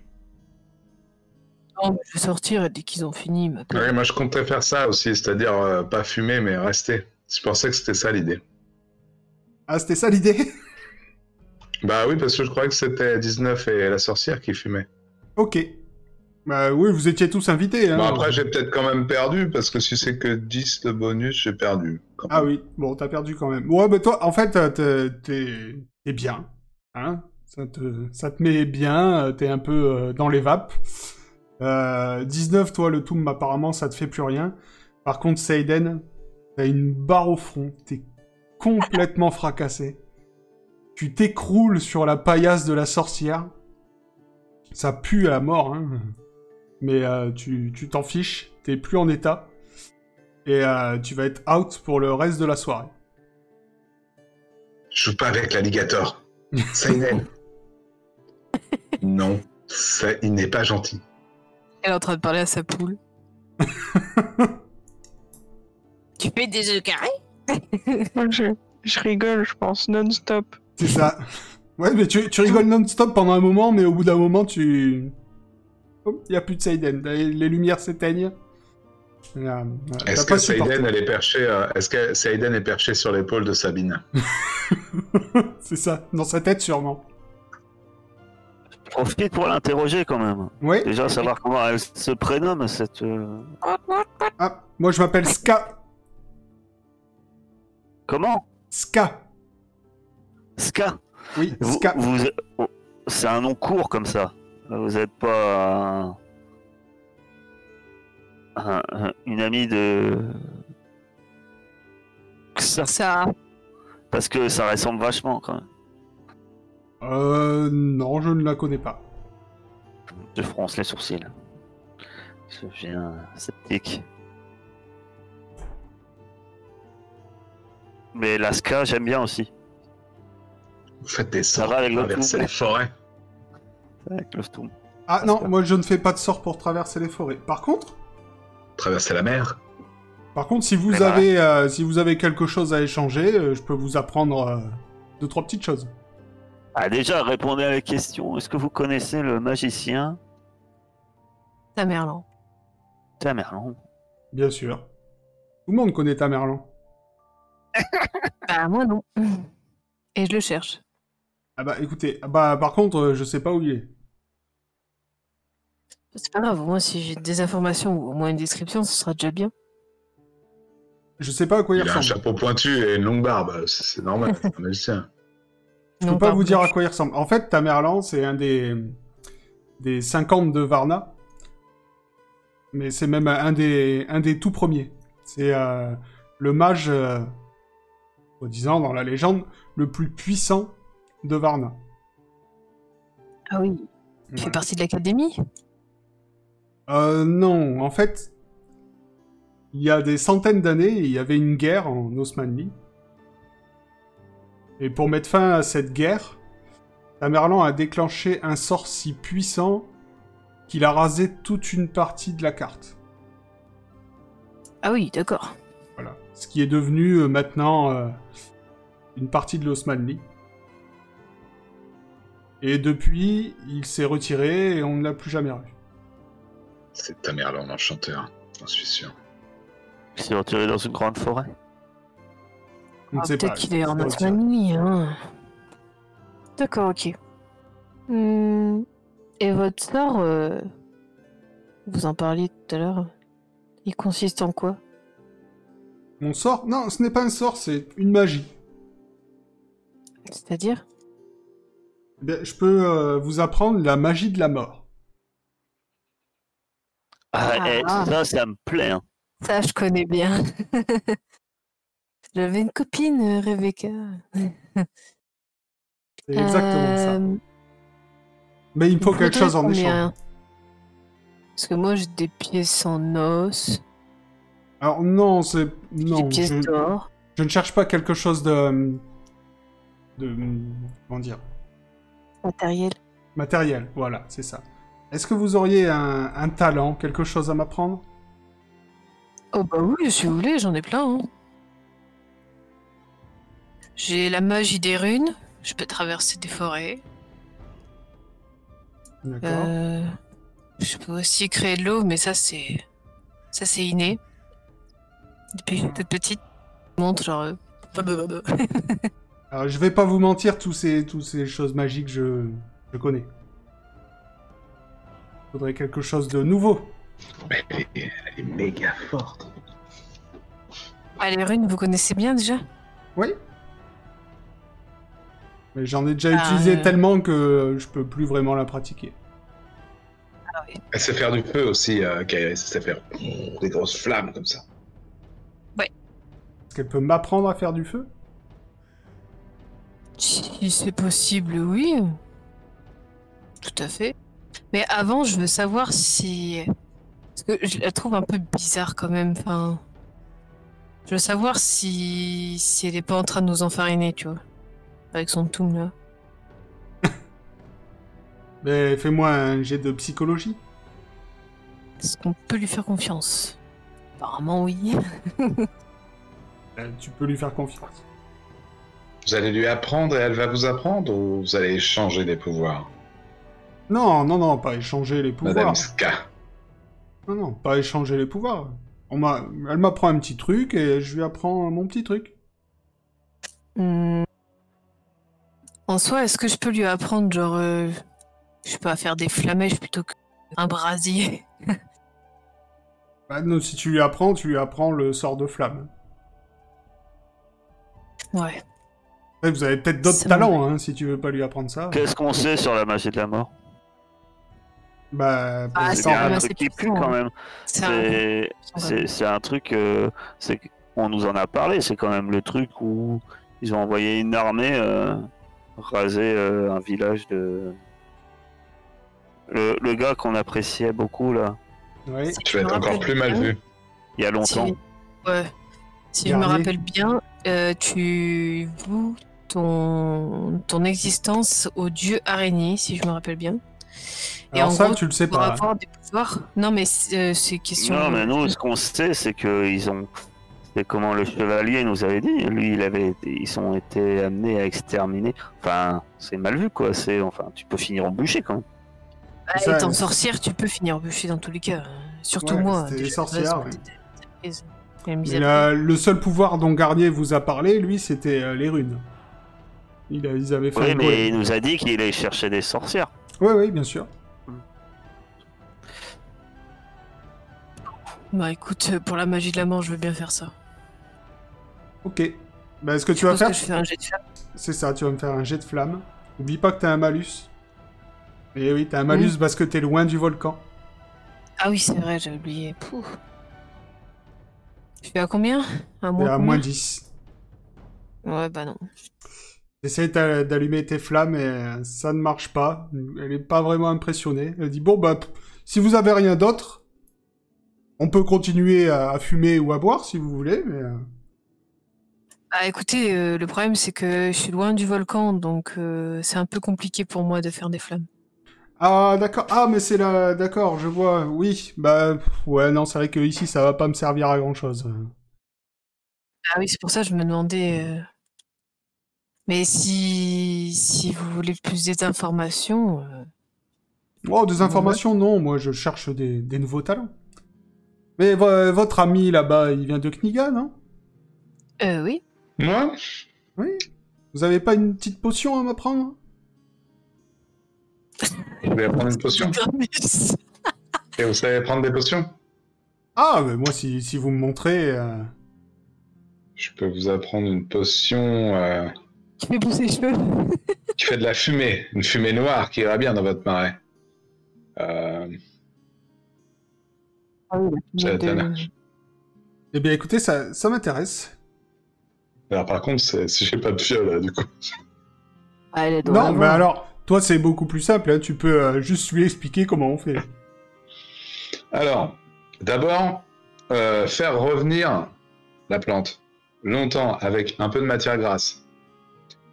Speaker 5: Non, je vais sortir et dès qu'ils ont fini, ils m'appellent.
Speaker 2: Ouais, moi, je comptais faire ça aussi, c'est-à-dire euh, pas fumer, mais rester. Je pensais que c'était ça l'idée.
Speaker 1: Ah, c'était ça l'idée
Speaker 2: Bah oui, parce que je croyais que c'était 19 et la sorcière qui fumait.
Speaker 1: Ok. Bah oui, vous étiez tous invités. Hein.
Speaker 2: Bon, après, j'ai peut-être quand même perdu, parce que si c'est que 10 de bonus, j'ai perdu. quand
Speaker 1: Ah
Speaker 2: même.
Speaker 1: oui, bon, t'as perdu quand même. Ouais, bah toi, en fait, euh, t'es- t'es t'es bien. Hein ça te, ça te met bien, euh, t'es un peu euh, dans les vapes. Euh, 19, toi, le Toum, apparemment, ça te fait plus rien. Par contre, Seiden, t'as une barre au front. T'es complètement fracassé. Tu t'écroules sur la paillasse de la sorcière. Ça pue à la mort, hein. Mais euh, tu tu t'en fiches, t'es plus en état et euh, tu vas être out pour le reste de la soirée.
Speaker 2: Je joue pas avec l'alligator. Seinen. non, ça, il n'est pas gentil.
Speaker 5: Elle est en train de parler à sa poule. tu fais des œufs carrés
Speaker 3: Moi, je, je rigole, je pense, non-stop.
Speaker 1: C'est ça. Ouais, mais tu, tu rigoles non-stop pendant un moment, mais au bout d'un moment, tu... Il n'y a plus de Seiden. Les, les lumières s'éteignent. Et, euh, voilà, t'as
Speaker 2: Est-ce
Speaker 1: pas
Speaker 2: que
Speaker 1: supporté.
Speaker 2: Seiden, elle est perchée, euh, est-ce que Seiden est perchée sur l'épaule de Sabine
Speaker 1: C'est ça. Dans sa tête, sûrement.
Speaker 4: Profite pour l'interroger quand même.
Speaker 1: Ouais.
Speaker 4: Déjà, savoir comment elle se prénomme, cette... euh,
Speaker 1: Ah, moi, je m'appelle Ska.
Speaker 4: Comment
Speaker 1: Ska.
Speaker 4: Ska
Speaker 1: Oui,
Speaker 4: Vous-
Speaker 1: Ska.
Speaker 4: vous- oh, C'est un nom court comme ça. Vous êtes pas un- un- un- une amie de... Ça,
Speaker 5: Ça.
Speaker 4: parce que ça ressemble vachement quand même.
Speaker 1: Euh, non, je ne la connais pas.
Speaker 4: Je fronce les sourcils. Je viens sceptique. Mais la ska, j'aime bien aussi.
Speaker 2: Vous faites des
Speaker 4: Ça
Speaker 2: sorts
Speaker 4: va avec
Speaker 2: pour
Speaker 4: le
Speaker 2: traverser
Speaker 4: tout.
Speaker 2: les forêts.
Speaker 4: Avec le stoum.
Speaker 1: Ah non,
Speaker 4: Ska.
Speaker 1: moi, je ne fais pas de sort pour traverser les forêts. Par contre,
Speaker 2: Traverser la mer.
Speaker 1: Par contre, si vous
Speaker 4: Eh ben.
Speaker 1: avez euh, si vous avez quelque chose à échanger, euh, je peux vous apprendre euh, deux trois petites choses.
Speaker 4: Ah, déjà, répondez à la question. Est-ce que vous connaissez le magicien
Speaker 5: Tamerlan.
Speaker 4: Tamerlan
Speaker 1: Bien sûr. Tout le monde connaît Tamerlan.
Speaker 5: Bah, moi non. Et je le cherche.
Speaker 1: Ah bah écoutez, ah bah par contre, euh, je sais pas où il est.
Speaker 5: C'est pas grave, au moins si j'ai des informations ou au moins une description, ce sera déjà bien.
Speaker 1: Je sais pas à quoi il,
Speaker 2: Il a un
Speaker 1: ressemble.
Speaker 2: chapeau pointu et une longue barbe, c'est c'est normal, c'est un magicien.
Speaker 1: Je peux pas vous dire à quoi il ressemble. En fait, Tamerlan, c'est un des des 50 de Varna, mais c'est même un des un des tout premiers. C'est euh, le mage, euh, disant dans la légende, le plus puissant de Varna.
Speaker 5: Ah oui.
Speaker 1: Mm.
Speaker 5: Il fait
Speaker 1: Voilà.
Speaker 5: partie de l'académie
Speaker 1: Euh, non, en fait, il y a des centaines d'années, il y avait une guerre en Osmanli. Et pour mettre fin à cette guerre, Tamerlan a déclenché un sort si puissant qu'il a rasé toute une partie de la carte.
Speaker 5: Ah oui, d'accord.
Speaker 1: Voilà. Ce qui est devenu euh, maintenant euh, une partie de l'Osmanli. Et depuis, il s'est retiré et on ne l'a plus jamais revu.
Speaker 2: C'est Tamerlan l'enchanteur, j'en suis sûr.
Speaker 4: Il s'est retiré dans une grande forêt.
Speaker 1: On ne
Speaker 5: Ah,
Speaker 1: sait
Speaker 5: Peut-être
Speaker 1: pas,
Speaker 5: qu'il
Speaker 1: il
Speaker 5: est
Speaker 1: s'est
Speaker 5: en
Speaker 1: retiré.
Speaker 5: autonomie. Hein. D'accord, ok. Hmm, Et votre sort, euh, vous en parliez tout à l'heure, il consiste en quoi
Speaker 1: Mon sort Non, ce n'est pas un sort, c'est une magie.
Speaker 5: C'est-à-dire
Speaker 1: Eh bien, je peux euh, vous apprendre la magie de la mort.
Speaker 4: Ah,
Speaker 5: Ah.
Speaker 4: eh, ça, ça me plaît. hein.
Speaker 5: Ça, je connais bien. J'avais une copine, euh, Rebecca.
Speaker 1: C'est exactement ça.
Speaker 5: Euh,
Speaker 1: Mais il me faut
Speaker 5: vous
Speaker 1: quelque
Speaker 5: voudrez
Speaker 1: chose en échange.
Speaker 5: combien Parce que moi, j'ai des pièces en os,
Speaker 1: Alors non, c'est
Speaker 5: j'ai des
Speaker 1: non.
Speaker 5: pièces
Speaker 1: Je...
Speaker 5: d'or.
Speaker 1: je ne cherche pas quelque chose de de comment dire
Speaker 5: Matériel.
Speaker 1: matériel. Voilà, c'est ça. Est-ce que vous auriez un, un talent, quelque chose à m'apprendre
Speaker 5: Oh bah oui, si vous voulez, j'en ai plein. hein. J'ai la magie des runes, je peux traverser des forêts.
Speaker 1: D'accord.
Speaker 5: Euh, je peux aussi créer de l'eau, mais ça c'est ça c'est inné. Depuis que je suis toute petite, je montre genre. euh, blablabla.
Speaker 1: Alors, je vais pas vous mentir, tous ces toutes ces choses magiques, je je connais. Il faudrait quelque chose de nouveau.
Speaker 2: Mais elle est, elle est méga forte.
Speaker 5: Ah, les runes, vous connaissez bien déjà
Speaker 1: Oui. Mais j'en ai déjà
Speaker 5: Ah,
Speaker 1: utilisé
Speaker 5: euh.
Speaker 1: tellement que je peux plus vraiment la pratiquer.
Speaker 2: Elle sait faire du feu aussi, euh, Kairis, elle sait faire des grosses flammes comme ça.
Speaker 1: Est-ce qu'elle peut m'apprendre à faire du feu
Speaker 5: Si c'est possible, oui. Tout à fait. Mais avant, je veux savoir si. Parce que je la trouve un peu bizarre quand même. Enfin. Je veux savoir si. Si elle n'est pas en train de nous enfariner, tu vois. Avec son toum là.
Speaker 1: Mais fais-moi un jet de psychologie.
Speaker 5: Est-ce qu'on peut lui faire confiance Apparemment, oui.
Speaker 1: Euh, tu peux lui faire confiance.
Speaker 2: Vous allez lui apprendre et elle va vous apprendre ou vous allez échanger des pouvoirs
Speaker 1: Non, non, non, pas échanger les pouvoirs.
Speaker 2: Madame Ska.
Speaker 1: Non, non, pas échanger les pouvoirs. On m'a- Elle m'apprend un petit truc et je lui apprends mon petit truc.
Speaker 5: Hmm. En soi, est-ce que je peux lui apprendre, genre. euh, Je sais pas, faire des flamèches plutôt qu'un brasier
Speaker 1: Bah non, si tu lui apprends, tu lui apprends le sort de flamme.
Speaker 5: Ouais.
Speaker 1: Après, vous avez peut-être d'autres
Speaker 5: C'est
Speaker 1: talents, hein, si tu veux pas lui apprendre ça.
Speaker 4: Qu'est-ce qu'on sait sur la magie de la mort
Speaker 1: Bah, pour
Speaker 5: Ah,
Speaker 1: l'instant,
Speaker 4: C'est bien
Speaker 5: quand
Speaker 4: un
Speaker 5: même
Speaker 4: truc
Speaker 5: assez
Speaker 4: qui pue
Speaker 5: puissant,
Speaker 4: quand
Speaker 5: hein.
Speaker 4: même.
Speaker 5: C'est un-
Speaker 4: C'est
Speaker 5: Ouais.
Speaker 4: c'est- c'est un truc. euh, c'est on nous en a parlé. C'est quand même le truc où ils ont envoyé une armée euh, raser euh, un village de. Le, le gars qu'on appréciait beaucoup là,
Speaker 1: oui.
Speaker 2: Tu vas être encore plus mal vu.
Speaker 4: il y a longtemps.
Speaker 5: Si, ouais. Si je me
Speaker 1: Dernier.
Speaker 5: rappelle bien, euh, tu voues ton, ton existence au dieu araignée, si je me rappelle bien. Et
Speaker 1: Alors
Speaker 5: en
Speaker 1: ça,
Speaker 5: gros,
Speaker 1: tu le sais
Speaker 5: Pour
Speaker 1: pas. hein.
Speaker 5: avoir des pouvoirs. Non, mais c'est euh, c'est question.
Speaker 4: Non, mais
Speaker 5: de-
Speaker 4: nous, ce qu'on sait, c'est qu'ils ont C'est comment le chevalier nous avait dit. Lui, il avait, ils ont été amenés à exterminer. Enfin, c'est mal vu, quoi. C'est, enfin, tu peux finir embouché quand même.
Speaker 5: Ah,
Speaker 1: ça,
Speaker 5: étant
Speaker 1: mais-
Speaker 5: sorcière, tu peux finir bûché dans tous les cas. Surtout
Speaker 1: Ouais,
Speaker 5: moi.
Speaker 1: c'était les
Speaker 5: déjà,
Speaker 1: sorcières,
Speaker 5: de base,
Speaker 1: oui.
Speaker 5: t'es- t'es prise. La mise
Speaker 1: Mais
Speaker 5: à
Speaker 1: la- le seul pouvoir dont Garnier vous a parlé, lui, c'était euh, les runes. Il a- ils avaient fait.
Speaker 4: Oui,
Speaker 1: un
Speaker 4: mais
Speaker 1: golem.
Speaker 4: il nous a dit qu'il allait chercher des sorcières.
Speaker 1: Oui, oui, bien sûr.
Speaker 5: prix. Bah écoute, euh, pour la magie de la mort, je veux bien faire ça.
Speaker 1: Ok. Bah, ce que tu
Speaker 5: Je
Speaker 1: vas
Speaker 5: pense
Speaker 1: faire,
Speaker 5: que je fais un jet de fer.
Speaker 1: c'est ça, tu vas me faire un jet de flamme. Oublie pas que t'as un malus. Et oui, t'as un malus parce que t'es loin du volcan.
Speaker 5: Ah oui, c'est vrai, j'ai oublié. Pouf. Je fais à combien À
Speaker 1: T'es
Speaker 5: moins.
Speaker 1: à moins 10.
Speaker 5: Ouais, bah non.
Speaker 1: T'essayes d'a- d'allumer tes flammes et euh, ça ne marche pas. Elle est pas vraiment impressionnée. Elle dit bon bah pff, si vous avez rien d'autre, on peut continuer à, à fumer ou à boire si vous voulez, mais euh,
Speaker 5: Ah écoutez, euh, le problème c'est que je suis loin du volcan, donc euh, c'est un peu compliqué pour moi de faire des flammes.
Speaker 1: Ah d'accord, ah mais c'est là, d'accord, je vois, oui, bah pff, ouais non c'est vrai que ici ça va pas me servir à grand chose.
Speaker 5: Ah oui, c'est pour ça que je me demandais. euh, Mais si si vous voulez plus d'informations, euh,
Speaker 1: Oh des informations, non, moi je cherche des, des nouveaux talents. Mais vo- votre ami là-bas, il vient de Kniga, non
Speaker 5: euh, oui.
Speaker 2: Moi
Speaker 1: Oui Vous avez pas une petite potion à m'apprendre
Speaker 2: Je vais prendre une potion.
Speaker 5: Pyramus.
Speaker 2: Et vous savez prendre des potions
Speaker 1: Ah mais moi si, si vous me montrez... euh,
Speaker 2: Je peux vous apprendre une potion euh,
Speaker 5: Tu fais pousser les cheveux.
Speaker 2: qui fait de la fumée. Une fumée noire qui ira bien dans votre marais. Euh, C'est la dernière.
Speaker 1: Eh bien écoutez, ça, ça m'intéresse.
Speaker 2: Alors par contre, c'est- si j'ai pas de fiole, du coup.
Speaker 5: Ah, elle est dans
Speaker 1: Non
Speaker 5: la
Speaker 1: mais
Speaker 5: main.
Speaker 1: alors, toi c'est beaucoup plus simple, hein, tu peux euh, juste lui expliquer comment on fait.
Speaker 2: Alors, d'abord, euh, faire revenir la plante longtemps avec un peu de matière grasse.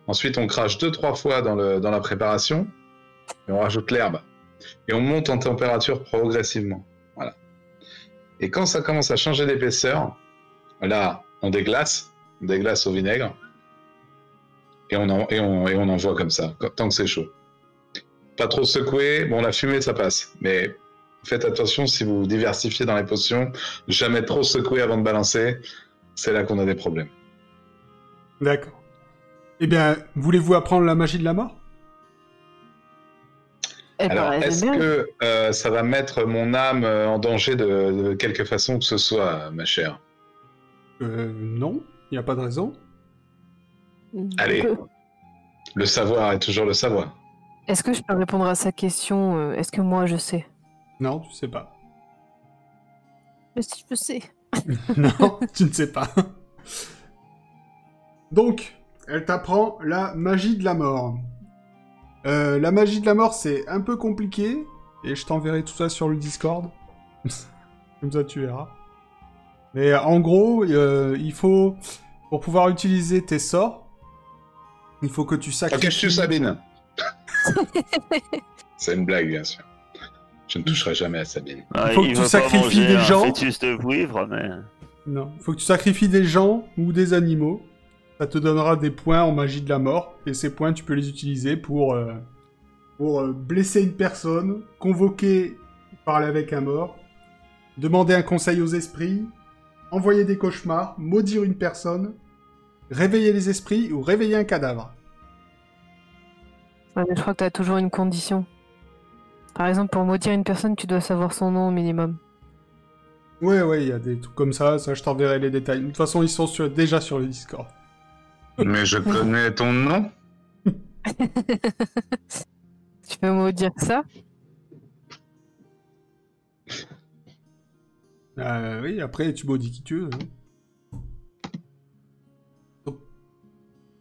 Speaker 2: Ensuite, on crache deux trois fois dans, le, dans la préparation et on rajoute l'herbe. Et on monte en température progressivement. Voilà. Et quand ça commence à changer d'épaisseur, là, on déglace, on déglace au vinaigre et on, en, et on, et on envoie comme ça, quand- tant que c'est chaud. Pas trop secoué, bon, la fumée, ça passe. Mais Faites attention si vous diversifiez dans les potions. Jamais trop secouer avant de balancer. C'est là qu'on a des problèmes.
Speaker 1: D'accord. Eh bien, voulez-vous apprendre la magie de la mort
Speaker 5: Elle
Speaker 2: Alors,
Speaker 5: paraît
Speaker 2: est-ce
Speaker 5: bien.
Speaker 2: que euh, ça va mettre mon âme euh, en danger de, de quelque façon que ce soit, euh, ma chère
Speaker 1: Euh, non, il n'y a pas de raison.
Speaker 2: Allez. Le savoir est toujours le savoir.
Speaker 5: Est-ce que je peux répondre à sa question euh, Est-ce que moi je sais
Speaker 1: Non, tu sais pas.
Speaker 5: Mais si je sais.
Speaker 1: non, tu ne sais pas. Donc, elle t'apprend la magie de la mort. Euh, la magie de la mort, c'est un peu compliqué, et je t'enverrai tout ça sur le Discord. Comme ça, tu verras. Mais en gros, euh, il faut, pour pouvoir utiliser tes sorts, il faut que tu
Speaker 2: Ok,
Speaker 1: sacrifies...
Speaker 2: je tue Sabine. C'est une blague, bien sûr. Je ne toucherai jamais à Sabine.
Speaker 4: Ouais,
Speaker 1: faut que tu
Speaker 4: veut pas
Speaker 1: sacrifies
Speaker 4: manger
Speaker 1: des
Speaker 4: un
Speaker 1: gens.
Speaker 4: fœtus de poivre, mais
Speaker 1: Non, faut que tu sacrifies des gens ou des animaux. Ça te donnera des points en magie de la mort, et ces points tu peux les utiliser pour, euh, pour euh, blesser une personne, convoquer, parler avec un mort, demander un conseil aux esprits, envoyer des cauchemars, maudire une personne, réveiller les esprits ou réveiller un cadavre.
Speaker 5: Ouais, mais je crois que t'as toujours une condition. Par exemple, pour maudire une personne, tu dois savoir son nom au minimum.
Speaker 1: Ouais, ouais, il y a des trucs comme ça, ça je t'enverrai les détails. De toute façon, ils sont sur- déjà sur le Discord.
Speaker 2: Mais je connais ton nom.
Speaker 5: Tu peux maudire ça
Speaker 1: Euh, oui, après, tu maudis qui tu veux. hein. Donc,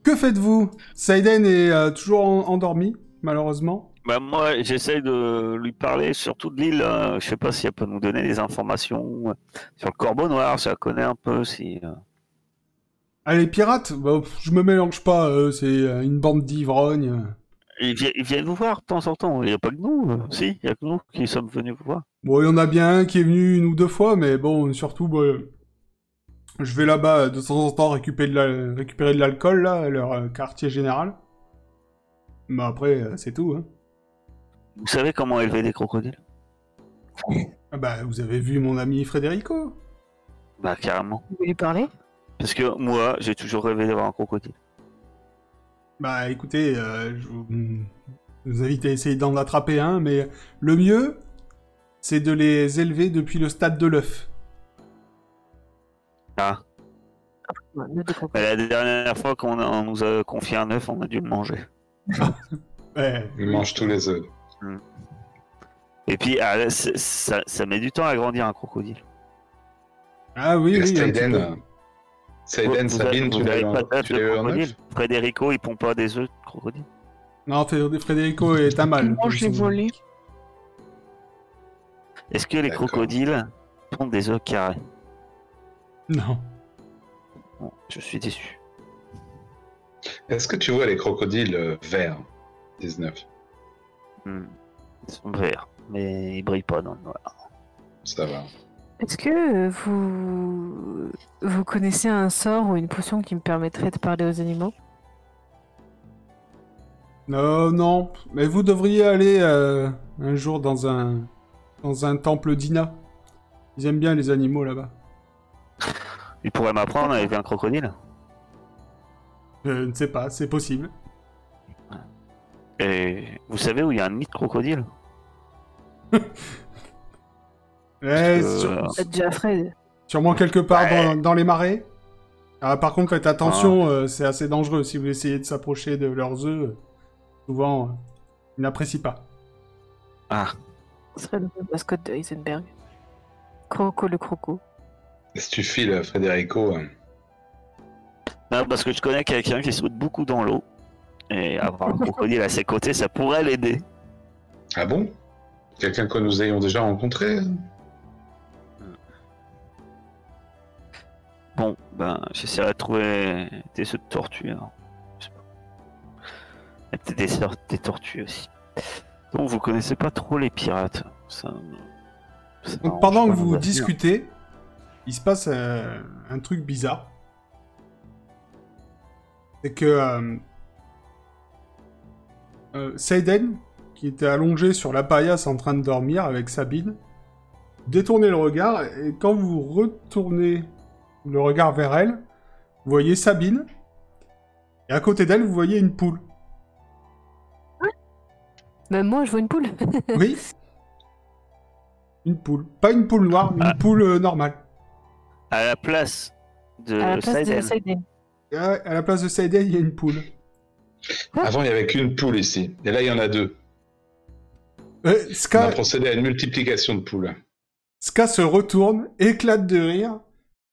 Speaker 1: que faites-vous Saiden est euh, toujours en- endormi, malheureusement.
Speaker 4: Bah moi, j'essaye de lui parler surtout de l'île. euh, je sais pas si elle peut nous donner des informations euh, sur le Corbeau Noir, si elle connaît un peu. Si euh,
Speaker 1: Allez, pirate bah, pff, Je me mélange pas, euh, c'est euh, une bande d'ivrognes.
Speaker 4: ils, vi- ils viennent nous voir de temps en temps. Il n'y a pas que nous. euh, Si, il y a que nous qui sommes venus vous voir.
Speaker 1: Bon, il y en a bien un qui est venu une ou deux fois, mais bon, surtout, bah, Je vais là-bas euh, de temps en temps récupérer de la- récupérer de l'alcool, là, à leur euh, quartier général. Mais après, euh, c'est tout. Hein.
Speaker 4: Vous savez comment élever des crocodiles
Speaker 1: Ah bah, vous avez vu mon ami Frédérico
Speaker 4: Bah carrément.
Speaker 5: Vous voulez lui parler
Speaker 4: Parce que moi, j'ai toujours rêvé d'avoir un crocodile.
Speaker 1: Bah écoutez, euh, je vous, je vous invite à essayer d'en attraper un, mais le mieux, c'est de les élever depuis le stade de l'œuf.
Speaker 4: Ah.
Speaker 5: Ouais, ne te trompe pas.
Speaker 4: Mais la dernière fois qu'on a- on nous a confié un œuf, on a dû le manger.
Speaker 1: Ouais.
Speaker 2: Il mange tous les œufs.
Speaker 4: Et puis, ah, là, c'est- ça, ça met du temps à grandir un crocodile.
Speaker 1: Ah oui,
Speaker 2: Et
Speaker 1: oui, un petit
Speaker 2: Staden,
Speaker 1: peu.
Speaker 2: euh, Staden,
Speaker 4: Vous- vous avez-
Speaker 2: Sabine,
Speaker 4: vous
Speaker 2: tu l'as
Speaker 4: avez
Speaker 2: eu en-
Speaker 4: pas d'œuf
Speaker 2: tu
Speaker 4: de
Speaker 2: l'as eu en
Speaker 4: crocodile
Speaker 2: œuf
Speaker 4: Frédérico, il pond pas des œufs de crocodile.
Speaker 1: Non, Fréd- Frédérico est un mâle.
Speaker 3: Moi, je l'ai
Speaker 1: Ils sont-
Speaker 3: volé.
Speaker 4: Est-ce que les
Speaker 2: D'accord.
Speaker 4: crocodiles pondent des œufs carrés
Speaker 1: Non.
Speaker 4: Bon, Je suis déçu.
Speaker 2: Est-ce que tu vois les crocodiles euh, verts 19,
Speaker 4: Hmm. Ils sont verts, mais ils brillent pas dans le noir.
Speaker 2: ça va.
Speaker 5: Est-ce que euh, vous... vous connaissez un sort ou une potion qui me permettrait de parler aux animaux
Speaker 1: Non, non. Mais vous devriez aller euh, un jour dans un dans un temple d'Ina. Ils aiment bien les animaux là-bas.
Speaker 4: Ils pourraient m'apprendre à élever un crocodile
Speaker 1: Je ne sais pas, c'est possible.
Speaker 4: Et vous savez où il y a un nid de crocodile
Speaker 1: Ouais,
Speaker 4: que-
Speaker 1: Eh, sur-
Speaker 5: Pas Déjà Fred.
Speaker 1: Sûrement quelque part
Speaker 4: Ouais.
Speaker 1: dans, dans les marais. Ah, par contre, faites attention, euh, c'est assez dangereux. Si vous essayez de s'approcher de leurs œufs, euh, souvent, euh, ils n'apprécient pas.
Speaker 4: Ah,
Speaker 5: Ce serait le mascotte de Heisenberg. Croco le croco.
Speaker 2: Si tu files euh, Frédérico, euh,
Speaker 4: non, parce que je connais quelqu'un qui saute beaucoup dans l'eau. Et avoir un crocodile à ses côtés, ça pourrait l'aider.
Speaker 2: ah bon Quelqu'un que nous ayons déjà rencontré
Speaker 4: Bon, ben, j'essaierai de trouver des œufs de tortue. alors. Je sais pas. Et Peut-être des sœurs- des tortues aussi. Donc, vous connaissez pas trop les pirates. Ça, ça
Speaker 1: Donc,
Speaker 4: m'arrange
Speaker 1: pendant
Speaker 4: pas
Speaker 1: que vous
Speaker 4: non plus.
Speaker 1: discutez, il se passe euh, un truc bizarre. C'est que euh, euh, Seiden, qui était allongé sur la paillasse en train de dormir avec Sabine, détournez le regard et quand vous retournez le regard vers elle, vous voyez Sabine et à côté d'elle, vous voyez une poule.
Speaker 5: Même moi, je vois une poule.
Speaker 1: Oui Une poule. Pas une poule noire, mais une poule euh, normale.
Speaker 4: À la place de
Speaker 5: à la place de
Speaker 4: Euh, Seiden.
Speaker 5: Seiden.
Speaker 1: Et À à la place de Seiden, il y a une poule.
Speaker 2: Avant, il n'y avait qu'une poule ici. Et là, il y en a deux.
Speaker 1: Euh,
Speaker 2: On a
Speaker 1: Ska,
Speaker 2: procédé à une multiplication de poules.
Speaker 1: Ska se retourne, éclate de rire,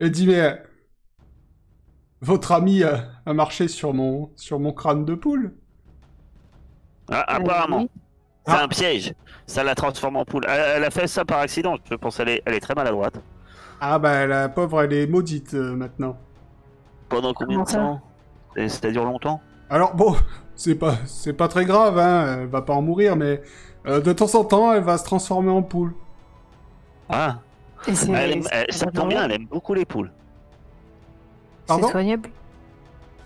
Speaker 1: et dit mais euh, votre ami euh, a marché sur mon sur mon crâne de poule.
Speaker 4: Ah,
Speaker 5: Euh,
Speaker 4: apparemment,
Speaker 5: oui.
Speaker 4: c'est
Speaker 1: Ah.
Speaker 4: un piège. Ça la transforme en poule. Elle, elle a fait ça par accident. Je pense elle est, elle est très maladroite.
Speaker 1: Ah bah la pauvre elle est maudite euh, maintenant.
Speaker 4: Pendant combien
Speaker 5: Comment
Speaker 4: de
Speaker 5: ça
Speaker 4: temps Et Ça dure longtemps
Speaker 1: Alors bon, c'est pas c'est pas très grave hein, elle va pas en mourir mais euh, de temps en temps elle va se transformer en poule.
Speaker 4: Ah,
Speaker 5: Et c'est-
Speaker 4: elle aime- elle-
Speaker 5: c'est
Speaker 4: ça tombe bien, elle aime beaucoup les poules.
Speaker 1: Pardon
Speaker 5: C'est soignable.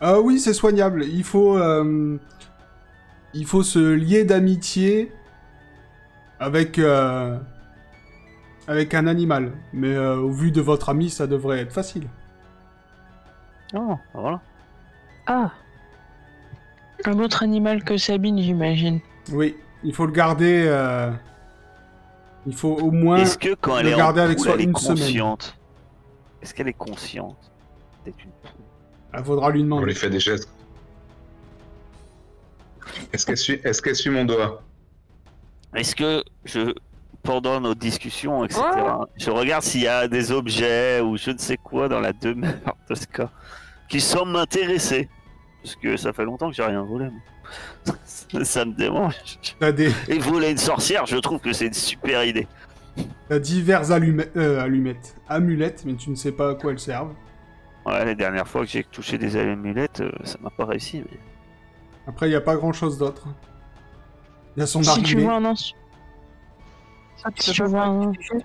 Speaker 1: Ah oui, c'est soignable. Il faut, euh, il faut se lier d'amitié avec, euh, avec un animal. Mais euh, au vu de votre ami, ça devrait être facile.
Speaker 4: Oh, voilà.
Speaker 5: Ah,
Speaker 3: Un autre animal que Sabine, j'imagine.
Speaker 1: Oui, il faut le garder. euh, il faut au moins.
Speaker 4: Est-ce que quand elle
Speaker 1: le
Speaker 4: est en
Speaker 1: garder avec
Speaker 4: poule,
Speaker 1: soi
Speaker 4: elle est
Speaker 1: une semaine.
Speaker 4: consciente Est-ce qu'elle est consciente d'être une poule
Speaker 1: Il ah, faudra lui
Speaker 2: On
Speaker 1: demander.
Speaker 2: lui fait des gestes. Est-ce qu'elle suit, est-ce qu'elle suit mon doigt
Speaker 4: Est-ce que je, pendant nos discussions, etc., je regarde s'il y a des objets ou je ne sais quoi dans la demeure de ce cas qui semblent m'intéresser Parce que ça fait longtemps que j'ai rien volé. moi. Ça, ça me démange.
Speaker 1: T'as des,
Speaker 4: Et voler une sorcière, je trouve que c'est une super idée.
Speaker 1: t'as divers allume- euh, allumettes, amulettes, mais tu ne sais pas à quoi elles servent.
Speaker 4: Ouais, les dernières fois que j'ai touché des amulettes, euh, ça m'a pas réussi. mais-
Speaker 1: Après, il n'y a pas grand chose d'autre. Il y a son
Speaker 3: Si tu
Speaker 1: arrivée.
Speaker 3: vois un insu-
Speaker 5: Ah, tu
Speaker 3: Si
Speaker 5: peux
Speaker 3: tu
Speaker 5: pas
Speaker 3: vois
Speaker 5: faire
Speaker 3: un-
Speaker 5: du jeu.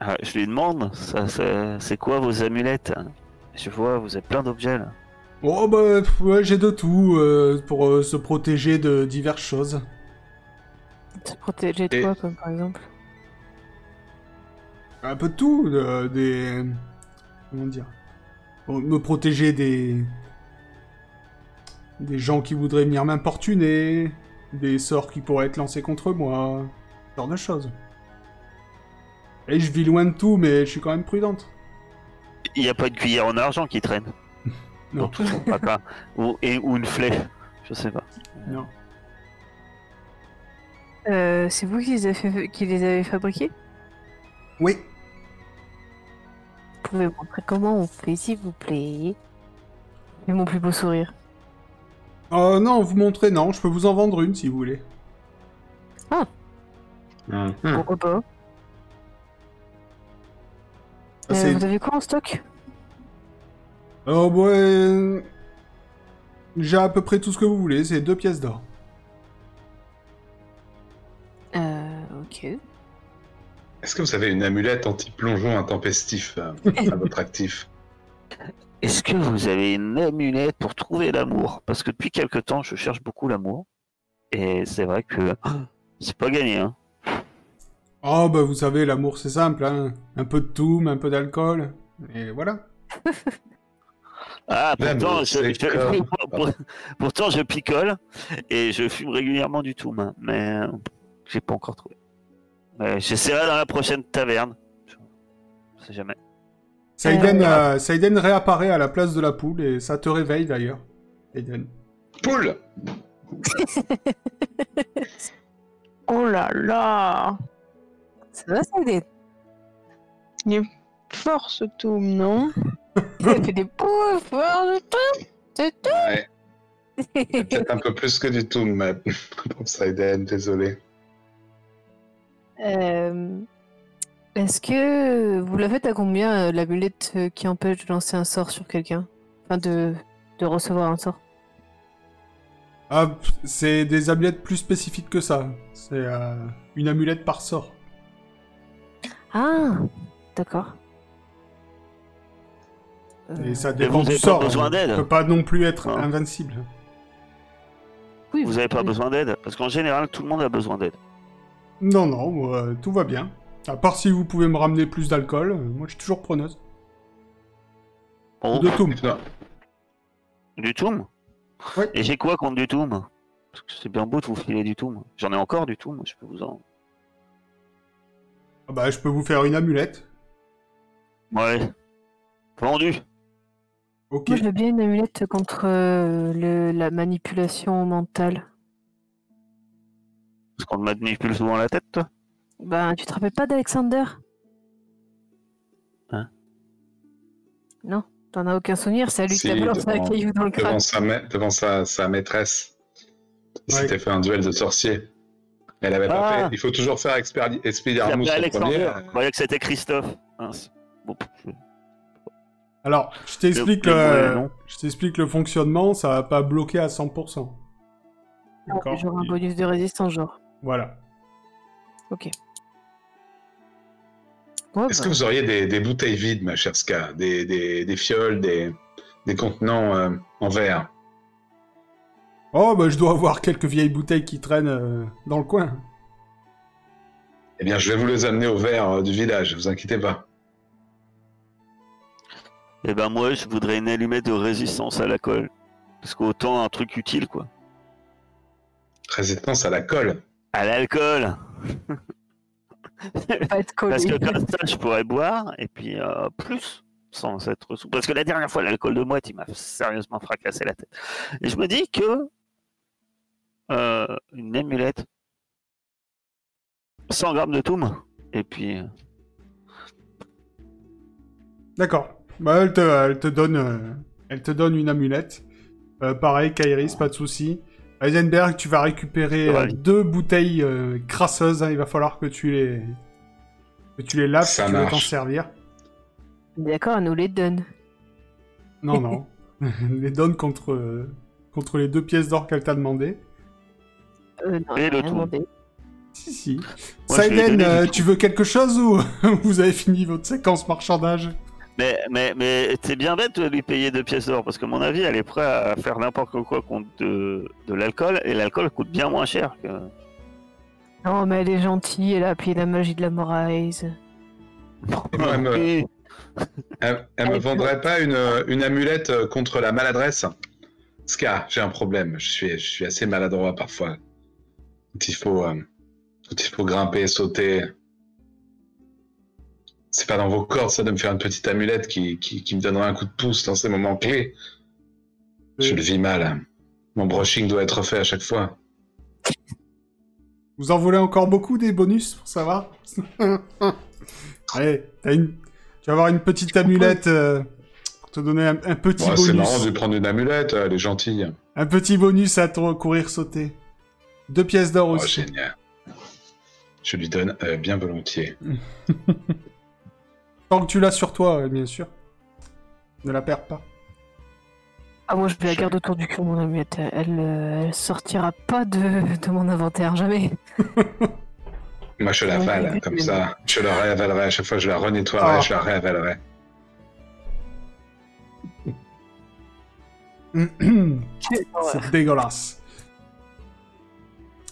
Speaker 4: Ah, je lui demande, ça, ça- c'est quoi vos amulettes Je vois, vous avez plein d'objets là.
Speaker 1: Oh bah pff, ouais, j'ai de tout euh, pour euh, se protéger de diverses choses.
Speaker 5: Se protéger de
Speaker 2: Et-
Speaker 5: quoi, comme par exemple
Speaker 1: Un peu de tout, euh, des comment dire, Bon, me protéger des des gens qui voudraient venir m'importuner, des sorts qui pourraient être lancés contre moi, ce genre de choses. Et je vis loin de tout, mais je suis quand même prudente.
Speaker 4: Il n'y a pas de cuillère en argent qui traîne
Speaker 1: Non.
Speaker 4: dans tout son tracas. ou, et, ou une flèche, je sais pas.
Speaker 1: Non.
Speaker 5: Euh, C'est vous qui les, avez fait- qui les avez fabriqués
Speaker 1: Oui.
Speaker 5: Vous pouvez me montrer comment on fait, s'il vous plaît Et mon plus beau sourire.
Speaker 1: Euh, non, vous montrez, non, je peux vous en vendre une si vous voulez.
Speaker 2: Hum, hum.
Speaker 5: Pourquoi pas
Speaker 1: Ah,
Speaker 5: Euh,
Speaker 1: c'est-
Speaker 5: Vous avez quoi en stock
Speaker 1: Oh, bah, euh, J'ai à peu près tout ce que vous voulez, c'est deux pièces d'or.
Speaker 5: Euh, ok.
Speaker 2: Est-ce que vous avez une amulette anti-plongeon intempestif euh, à votre actif
Speaker 4: Est-ce que vous avez une amulette pour trouver l'amour Parce que depuis quelque temps, je cherche beaucoup l'amour. Et c'est vrai que ah, c'est pas gagné. Hein.
Speaker 1: Oh, bah, vous savez, l'amour, c'est simple, hein. Un peu de tout, un peu d'alcool, et voilà.
Speaker 4: Ah,
Speaker 2: L'amour,
Speaker 4: pourtant je,
Speaker 2: c'est
Speaker 4: je-
Speaker 2: comme-
Speaker 4: pour- pour- pourtant, je picole et je fume régulièrement du tout, hein, mais euh, j'ai pas encore trouvé. Mais J'essaierai dans la prochaine taverne. On sait jamais.
Speaker 1: Saiden,
Speaker 5: Euh,
Speaker 1: euh, Saiden réapparaît à la place de la poule, et ça te réveille, d'ailleurs. Saiden.
Speaker 2: Poule
Speaker 3: Oh là là
Speaker 5: Ça va, ça aide.
Speaker 3: Force tout, non
Speaker 5: Ça fait des pauvres de tout De
Speaker 2: Ouais,
Speaker 5: tout
Speaker 2: peut-être un peu plus que du tout, mais pour Saiden, désolé.
Speaker 5: Euh, Est-ce que vous la faites à combien euh, l'amulette euh, qui empêche de lancer un sort sur quelqu'un Enfin, de, de recevoir un sort.
Speaker 1: Ah, pff, c'est des amulettes plus spécifiques que ça. C'est euh, une amulette par sort.
Speaker 5: Ah D'accord.
Speaker 1: Et
Speaker 5: Euh,
Speaker 1: ça
Speaker 4: Mais
Speaker 1: dépend
Speaker 4: vous
Speaker 1: du
Speaker 4: avez pas
Speaker 1: sort.
Speaker 4: besoin d'aide.
Speaker 1: On peut pas non plus être
Speaker 4: Non.
Speaker 1: invincible.
Speaker 5: oui,
Speaker 4: Vous avez pas
Speaker 5: oui.
Speaker 4: besoin d'aide Parce qu'en général, tout le monde a besoin d'aide.
Speaker 1: Non, non, moi, euh, tout va bien. À part si vous pouvez me ramener plus d'alcool, euh, moi je suis toujours preneuse.
Speaker 4: Bon,
Speaker 1: De tout.
Speaker 2: Non,
Speaker 4: Du toum
Speaker 1: Ouais.
Speaker 4: Et j'ai quoi contre du toum Parce que c'est bien beau de vous filer du toum. J'en ai encore du toum, je peux vous en.
Speaker 1: Ah Bah, je peux vous faire une amulette.
Speaker 4: Ouais. Vendu
Speaker 1: Ok.
Speaker 5: Moi, je veux bien une amulette contre euh, le, la manipulation mentale.
Speaker 4: Parce qu'on m'a manipule souvent la tête, toi.
Speaker 5: Ben, tu te rappelles pas d'Alexander
Speaker 4: Hein
Speaker 5: Non, t'en as aucun souvenir, c'est à lui
Speaker 2: Si,
Speaker 5: qui a balancé un
Speaker 2: devant-
Speaker 5: caillou dans le crâne.
Speaker 2: devant sa, ma- devant sa, sa maîtresse. Il
Speaker 1: Ouais.
Speaker 2: s'était fait un duel de sorciers. Elle avait pas
Speaker 4: Ah.
Speaker 2: fait. Il faut toujours faire Expelli-
Speaker 4: Il
Speaker 2: Expelliarmus
Speaker 4: s'appelait
Speaker 2: en premier.
Speaker 4: Alexander.
Speaker 2: euh,
Speaker 4: Je croyais que c'était Christophe. Mince. Bon, pff,
Speaker 1: Alors, je t'explique le,
Speaker 4: Le- le- non.
Speaker 1: je t'explique le fonctionnement, ça va pas bloquer à 100%. D'accord
Speaker 5: Genre un bonus de résistance, genre.
Speaker 1: Voilà.
Speaker 5: Ouais,
Speaker 2: Est-ce
Speaker 5: bah,
Speaker 2: que vous auriez des, des bouteilles vides, ma chère Ska des, des, des fioles, des, des contenants euh, en verre
Speaker 1: Oh, bah je dois avoir quelques vieilles bouteilles qui traînent euh, dans le coin.
Speaker 2: Eh bien, je vais vous les amener au verre euh, du village, vous inquiétez pas.
Speaker 4: Eh ben moi, je voudrais une allumette de résistance à la colle. Parce qu'autant un truc utile, quoi.
Speaker 2: Résistance à la colle.
Speaker 4: À l'alcool
Speaker 5: pas être collé.
Speaker 4: Parce que comme ça, je pourrais boire, et puis euh, plus, sans être sous. Parce que la dernière fois, l'alcool de moite, il m'a sérieusement fracassé la tête. Et je me dis que euh, une amulette, 100 grammes de toum, et puis euh,
Speaker 1: D'accord. Bah, elle te, elle te donne, euh, elle te donne une amulette. Euh, pareil, Kairis, pas de souci. Heisenberg, tu vas récupérer
Speaker 4: Ouais.
Speaker 1: euh, deux bouteilles euh, crasseuses. hein, il va falloir que tu les, que tu les laves
Speaker 2: Ça
Speaker 1: si tu veux
Speaker 2: marche.
Speaker 1: t'en servir.
Speaker 5: D'accord, elle nous les donne.
Speaker 1: Non, non. Elle les donne contre, euh, contre les deux pièces d'or qu'elle t'a demandé.
Speaker 5: Euh, non,
Speaker 4: Et
Speaker 5: elle a
Speaker 4: le
Speaker 5: rien
Speaker 4: tout.
Speaker 5: demandé.
Speaker 1: Si, si.
Speaker 4: Moi, je vais
Speaker 1: Saiden,
Speaker 4: donner
Speaker 1: euh,
Speaker 4: du-
Speaker 1: tu veux quelque chose ou vous avez fini votre séquence marchandage
Speaker 4: Mais, mais, mais t'es bien bête de lui payer deux pièces d'or, parce que, à mon avis, elle est prête à faire n'importe quoi contre de, de l'alcool, et l'alcool coûte bien moins cher que.
Speaker 5: Non, mais elle est gentille, elle a appuyé la magie de la Moraise.
Speaker 4: Ah,
Speaker 2: Ouais, mais-
Speaker 4: Et-
Speaker 2: Elle, elle me
Speaker 5: Avec
Speaker 2: vendrait pas une, une amulette euh, contre la maladresse Ska, j'ai un problème. Je suis, je suis assez maladroit parfois. Quand il faut, euh, quand il faut grimper, sauter. C'est pas dans vos cordes, ça, de me faire une petite amulette qui, qui, qui me donnerait un coup de pouce dans ces moments clés.
Speaker 1: Euh,
Speaker 2: Je le vis mal. Mon brushing doit être fait à chaque fois.
Speaker 1: Vous en voulez encore beaucoup des bonus pour savoir Allez, t'as une- tu vas avoir une petite amulette euh, pour te donner un, un petit
Speaker 2: Ouais, c'est
Speaker 1: bonus.
Speaker 2: marrant de lui prendre une amulette, euh, elle est gentille.
Speaker 1: Un petit bonus à ton courir sauter. Deux pièces d'or
Speaker 2: Oh,
Speaker 1: aussi.
Speaker 2: génial. Je lui donne euh, bien volontiers.
Speaker 1: Tant que tu l'as sur toi, euh, bien sûr. Ne la perds pas.
Speaker 5: Ah, moi, je vais la garde autour du cul, mon amulette. Elle, euh, elle sortira pas de, de mon inventaire, jamais.
Speaker 2: Moi, je la
Speaker 5: Ouais,
Speaker 2: avale,
Speaker 5: ouais,
Speaker 2: comme
Speaker 5: mais
Speaker 2: ça. Je la réavalerai à chaque fois, je la renettoierai,
Speaker 1: Ah.
Speaker 2: je la réavalerai.
Speaker 1: Hum,
Speaker 4: Ah
Speaker 1: C'est dégueulasse.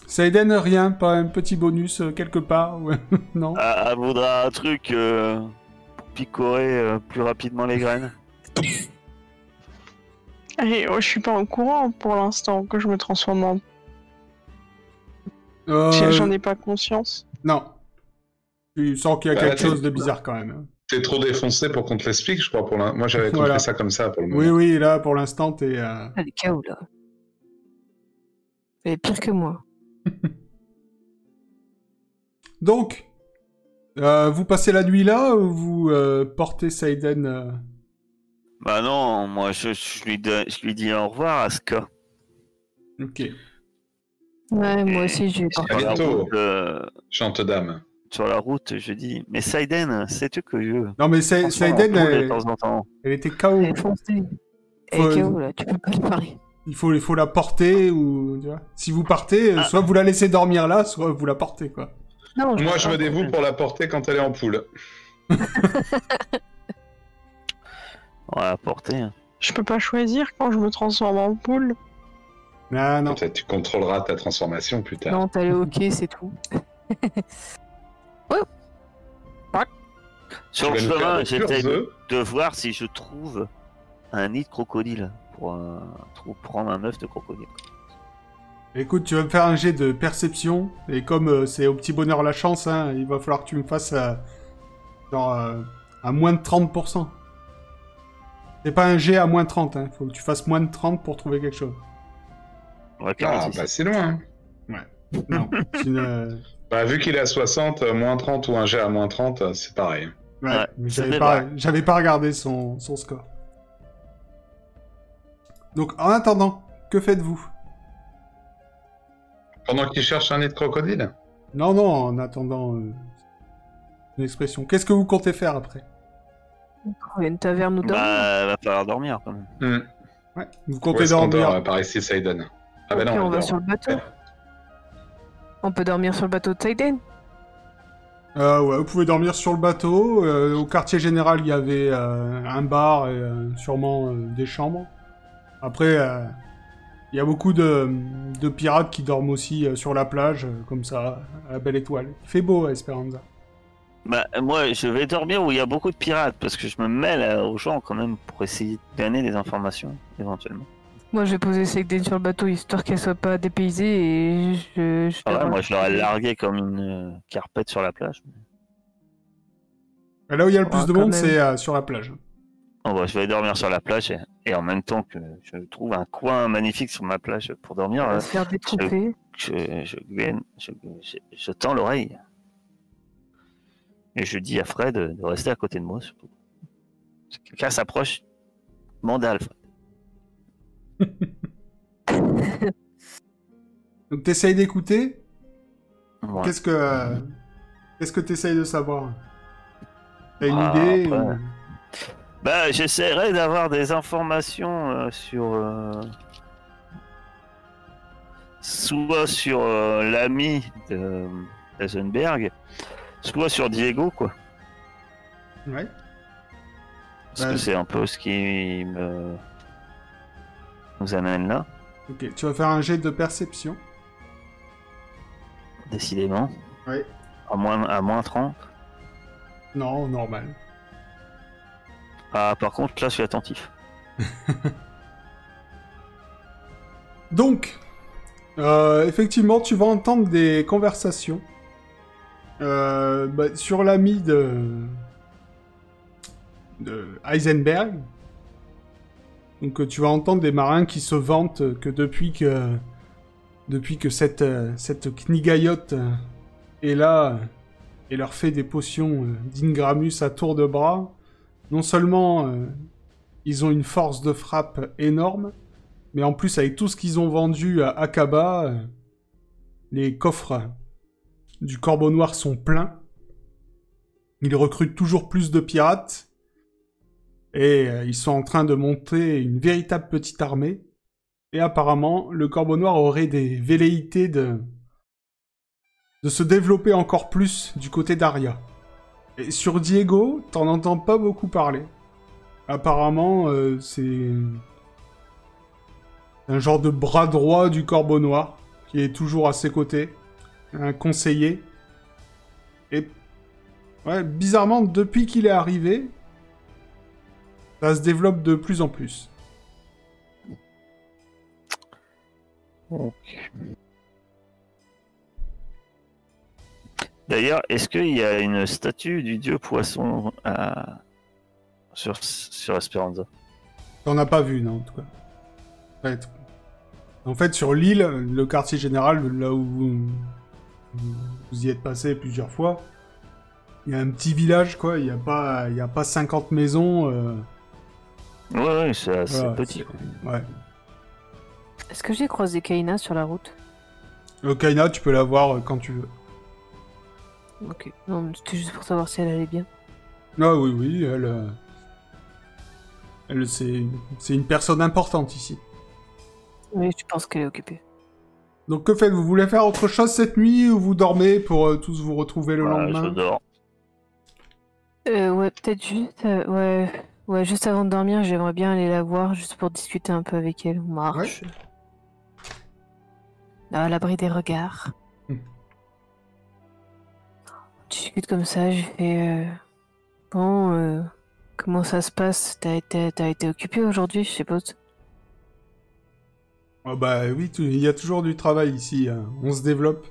Speaker 1: Saiden, rien, pas un petit bonus euh, quelque part ouais. Non
Speaker 4: Elle elle voudra un truc euh, pour picorer euh, plus rapidement les graines.
Speaker 3: Allez, oh, je suis pas au courant pour l'instant que je me transforme en.
Speaker 1: Euh,
Speaker 3: J'en ai pas conscience.
Speaker 1: Non. Tu sens qu'il y a
Speaker 4: Euh,
Speaker 2: Bah,
Speaker 1: quelque
Speaker 2: là,
Speaker 1: chose de bizarre quand même. hein.
Speaker 2: T'es trop défoncé pour qu'on te l'explique, je crois. Pour l'in- Moi, j'avais compris
Speaker 1: Voilà.
Speaker 2: ça comme ça pour le
Speaker 1: Oui,
Speaker 2: moment.
Speaker 1: oui, là pour l'instant, t'es. euh,
Speaker 5: Elle est KO, là. Elle est pire que moi.
Speaker 1: Donc, euh, vous passez la nuit là ou vous euh, portez Saiden euh,
Speaker 4: Bah non, moi je, je lui, donne- je lui dis au revoir à Ska.
Speaker 1: Ok.
Speaker 5: Ouais,
Speaker 4: Euh,
Speaker 5: moi aussi, je vais
Speaker 2: À
Speaker 4: Sur la,
Speaker 2: bientôt.
Speaker 4: route, euh,
Speaker 2: Chante dame.
Speaker 4: sur la route, je dis Mais Saiden, sais-tu que je.
Speaker 1: Non mais Sa-
Speaker 4: Franchement, on
Speaker 1: Saiden,
Speaker 4: roule de
Speaker 1: elle,
Speaker 4: temps en temps.
Speaker 1: elle était KO.
Speaker 5: Elle est foncée. Elle
Speaker 1: Faut-
Speaker 5: est KO, Eh, là. Tu peux pas lui parler.
Speaker 1: Il faut, il faut la porter ou tu vois. Si vous partez, euh,
Speaker 4: Ah.
Speaker 1: soit vous la laissez dormir là, soit vous la portez quoi.
Speaker 5: Non,
Speaker 2: Moi, je me
Speaker 4: Ah,
Speaker 2: dévoue
Speaker 4: ouais.
Speaker 2: pour la porter quand elle est en poule.
Speaker 4: On va la porter. hein.
Speaker 3: Je peux pas choisir quand je me transforme en poule.
Speaker 1: Ah non.
Speaker 2: Peut-être tu contrôleras ta transformation plus tard.
Speaker 5: Non, t'as le hockey, c'est tout.
Speaker 2: Tu
Speaker 4: Sur le
Speaker 2: vas nous faire
Speaker 4: chemin,
Speaker 2: des Ah, purs
Speaker 4: j'essaie de,
Speaker 2: œufs.
Speaker 4: de voir si je trouve un nid de crocodile pour, euh, trou- prendre un œuf de crocodile.
Speaker 1: Écoute, tu vas me faire un jet de perception et comme euh, c'est au petit bonheur la chance, hein, il va falloir que tu me fasses euh, genre euh, à moins de 30%. C'est pas un jet à moins 30, hein. Faut que tu fasses moins de 30 pour trouver quelque chose.
Speaker 4: Ouais,
Speaker 2: Ah,
Speaker 4: 46.
Speaker 2: bah c'est loin.
Speaker 1: Non. euh, tu ne-
Speaker 2: Bah, vu qu'il est à 60, euh, moins 30 ou un jet à moins 30, euh, c'est pareil.
Speaker 1: Ouais,
Speaker 4: Ouais,
Speaker 1: mais
Speaker 4: ça
Speaker 1: j'avais
Speaker 4: fait
Speaker 1: pas, j'avais pas regardé son, son score. Donc, en attendant, que faites-vous
Speaker 2: Pendant qu'il cherche un nid de crocodile
Speaker 1: Non, non, en attendant euh, une expression. Qu'est-ce que vous comptez faire après
Speaker 5: Il y a une taverne autour.
Speaker 4: Bah, va falloir dormir quand même.
Speaker 2: Hmm.
Speaker 1: ouais, Vous
Speaker 2: Où
Speaker 1: comptez
Speaker 2: est-ce qu'on dort, euh,
Speaker 1: dormir
Speaker 2: Par ici, Saiden. Ah, bah
Speaker 5: Ok,
Speaker 2: non,
Speaker 5: on va
Speaker 2: dort.
Speaker 5: sur le bateau. On peut dormir sur le bateau de Taiden.
Speaker 1: Euh, ouais, Vous pouvez dormir sur le bateau. euh, au quartier général, il y avait euh, un bar et euh, sûrement euh, des chambres. Après, euh, il y a beaucoup de, de pirates qui dorment aussi euh, sur la plage, euh, comme ça, à la belle étoile. Il fait beau à Esperanza.
Speaker 4: Bah, moi, je vais dormir où il y a beaucoup de pirates parce que je me mêle euh, aux gens quand même pour essayer de gagner des informations éventuellement.
Speaker 5: Moi, j'ai posé Taiden sur le bateau histoire qu'elle soit pas dépaysée et je. je
Speaker 4: Ah ouais,
Speaker 5: leur-
Speaker 4: moi, je l'aurais largué comme une euh, carpette sur la plage.
Speaker 1: Et Là où il y a le plus
Speaker 5: Ah,
Speaker 1: de
Speaker 5: quand
Speaker 1: monde,
Speaker 5: même.
Speaker 1: c'est euh, sur la plage.
Speaker 4: Bon, bah, je vais dormir sur la plage et, et en même temps que je trouve un coin magnifique sur ma plage pour dormir,
Speaker 5: On
Speaker 4: euh,
Speaker 5: va se faire détromper.
Speaker 4: je, je, gaine- je, je- je tends l'oreille. Et je dis à Fred de, de rester à côté de moi, surtout. Si quelqu'un s'approche, mandale, Fred.
Speaker 1: Donc t'essayes d'écouter.
Speaker 4: Ouais.
Speaker 1: Qu'est-ce que euh, qu'est-ce que t'essayes de savoir T'as une
Speaker 4: Ah,
Speaker 1: idée
Speaker 4: après.
Speaker 1: ou-
Speaker 4: Bah, j'essaierai d'avoir des informations euh, sur. euh, soit sur euh, l'ami de- d'Eisenberg, soit sur Diego, quoi.
Speaker 1: Ouais.
Speaker 4: Parce
Speaker 1: Ouais.
Speaker 4: que c'est un peu ce qui me... nous amène là,
Speaker 1: Ok, tu vas faire un jet de perception.
Speaker 4: décidément.
Speaker 1: Ouais.
Speaker 4: À moins, à moins 30.
Speaker 1: Non, normal.
Speaker 4: Ah, par contre, là, je suis attentif.
Speaker 1: Donc, euh, effectivement, tu vas entendre des conversations euh, bah, sur l'ami de... de Heisenberg. Donc, euh, tu vas entendre des marins qui se vantent que depuis que depuis que cette euh, cette knigayotte euh, est là euh, et leur fait des potions euh, d'Ingramus à tour de bras, non seulement euh, ils ont une force de frappe énorme, mais en plus, avec tout ce qu'ils ont vendu à Akaba, euh, les coffres du Corbeau Noir sont pleins. Ils recrutent toujours plus de pirates. Et euh, ils sont en train de monter une véritable petite armée. Et apparemment, le Corbeau Noir aurait des velléités de de se développer encore plus du côté d'Aria. Et sur Diego, t'en entends pas beaucoup parler. Apparemment, euh, c'est un genre de bras droit du Corbeau Noir, qui est toujours à ses côtés, un conseiller. Et ouais, bizarrement, depuis qu'il est arrivé, ça se développe de plus en plus.
Speaker 4: D'ailleurs, est-ce qu'il y a une statue du dieu poisson à... sur, sur Esperanza
Speaker 1: T'en as pas vu, non, en tout cas. Ouais, t- En fait, sur l'île, le quartier général, là où vous, vous y êtes passé plusieurs fois, il y a un petit village, quoi. Il n'y a, pas- il y a pas 50 maisons. euh,
Speaker 4: Ouais, ouais, c'est assez
Speaker 1: Voilà,
Speaker 4: petit.
Speaker 1: c'est-
Speaker 4: quoi.
Speaker 1: Ouais.
Speaker 5: Est-ce que j'ai croisé Kaina sur la route
Speaker 1: Le Kaina, tu peux la voir euh, quand tu veux.
Speaker 5: Ok. Non, mais c'était juste pour savoir si elle allait bien.
Speaker 1: Ah oui, oui, elle... euh, elle c'est c'est une personne importante ici.
Speaker 5: Mais je pense qu'elle est occupée.
Speaker 1: Donc que faites-vous Vous voulez faire autre chose cette nuit ou vous dormez pour euh, tous vous retrouver le
Speaker 4: Bah, je
Speaker 1: lendemain
Speaker 4: dors.
Speaker 5: Euh, ouais, peut-être juste. euh, ouais. Ouais, juste avant de dormir, j'aimerais bien aller la voir, juste pour discuter un peu avec elle. On marche. Là, à l'abri des regards.
Speaker 1: Hmm.
Speaker 5: On discute comme ça, je fais. euh, Bon, euh, comment ça se passe T'as été, t'as été occupé aujourd'hui, je suppose
Speaker 1: Ah Bah oui, tu- il y a toujours du travail ici. hein. On se développe.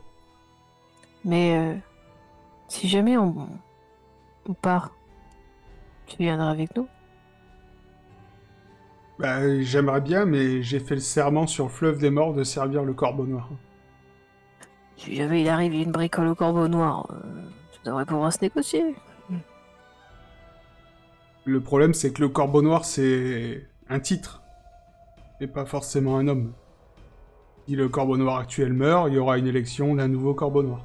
Speaker 5: Mais euh, si jamais on, on part, tu viendras avec nous
Speaker 1: Bah, J'aimerais bien, mais j'ai fait le serment sur le fleuve des morts de servir le corbeau noir.
Speaker 5: Si jamais il arrive une bricole au corbeau noir, euh, tu devrais pouvoir se négocier.
Speaker 1: Le problème, c'est que le corbeau noir, c'est un titre. Et pas forcément un homme. Si le corbeau noir actuel meurt, il y aura une élection d'un nouveau corbeau noir.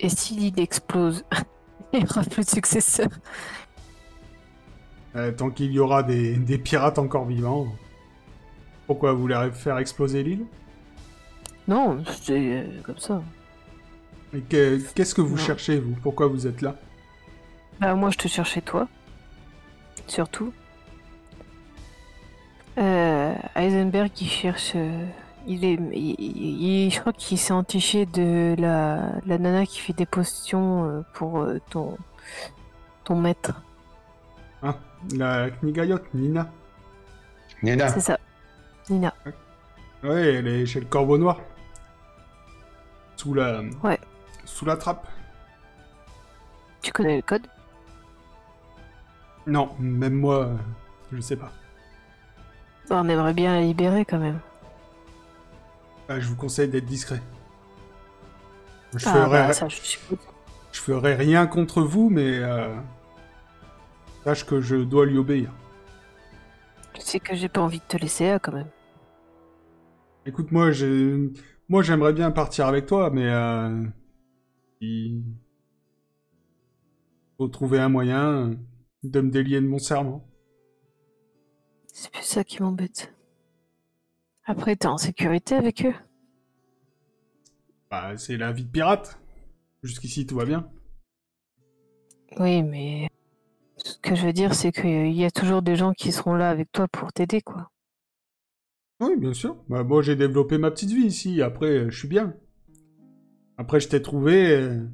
Speaker 5: Et si l'île explose, il n'y aura plus de successeur.
Speaker 1: Euh, tant qu'il y aura des, des pirates encore vivants. Pourquoi vous voulez faire exploser l'île
Speaker 5: Non, c'est euh, comme ça.
Speaker 1: Et que- Qu'est-ce que vous
Speaker 5: Non.
Speaker 1: cherchez, vous Pourquoi vous êtes là
Speaker 5: Bah moi je te cherchais toi. Surtout. Euh, Heisenberg il cherche... euh, il est... il- il- il- je crois qu'il s'est entiché de la, la nana qui fait des potions euh, pour euh, ton... ton maître.
Speaker 1: hein La Knigayotte, Nina.
Speaker 2: Nina, Ah.
Speaker 5: C'est ça. Nina.
Speaker 1: Ouais, elle est chez le Corbeau Noir. Sous la...
Speaker 5: Ouais.
Speaker 1: Sous la trappe.
Speaker 5: Tu connais le code
Speaker 1: Non, même moi, euh, je sais pas.
Speaker 5: Bah, On aimerait bien la libérer quand même.
Speaker 1: Ah, je vous conseille d'être discret. Je,
Speaker 5: ah
Speaker 1: ferai,
Speaker 5: bah ça je suppose.
Speaker 1: je ferai rien contre vous, mais... euh, Sache que je dois lui obéir.
Speaker 5: Tu sais que j'ai pas envie de te laisser là quand même.
Speaker 1: Écoute, moi, j'ai... moi j'aimerais bien partir avec toi, mais euh... il faut trouver un moyen de me délier de mon serment.
Speaker 5: C'est plus ça qui m'embête. Après, t'es en sécurité avec eux.
Speaker 1: Bah, c'est la vie de pirate. Jusqu'ici, tout va bien.
Speaker 5: Oui, mais ce que je veux dire, c'est qu'il y a toujours des gens qui seront là avec toi pour t'aider, quoi.
Speaker 1: Oui, bien sûr. Bah, moi, j'ai développé ma petite vie ici. Après, euh, je suis bien. Après, je t'ai trouvé. euh,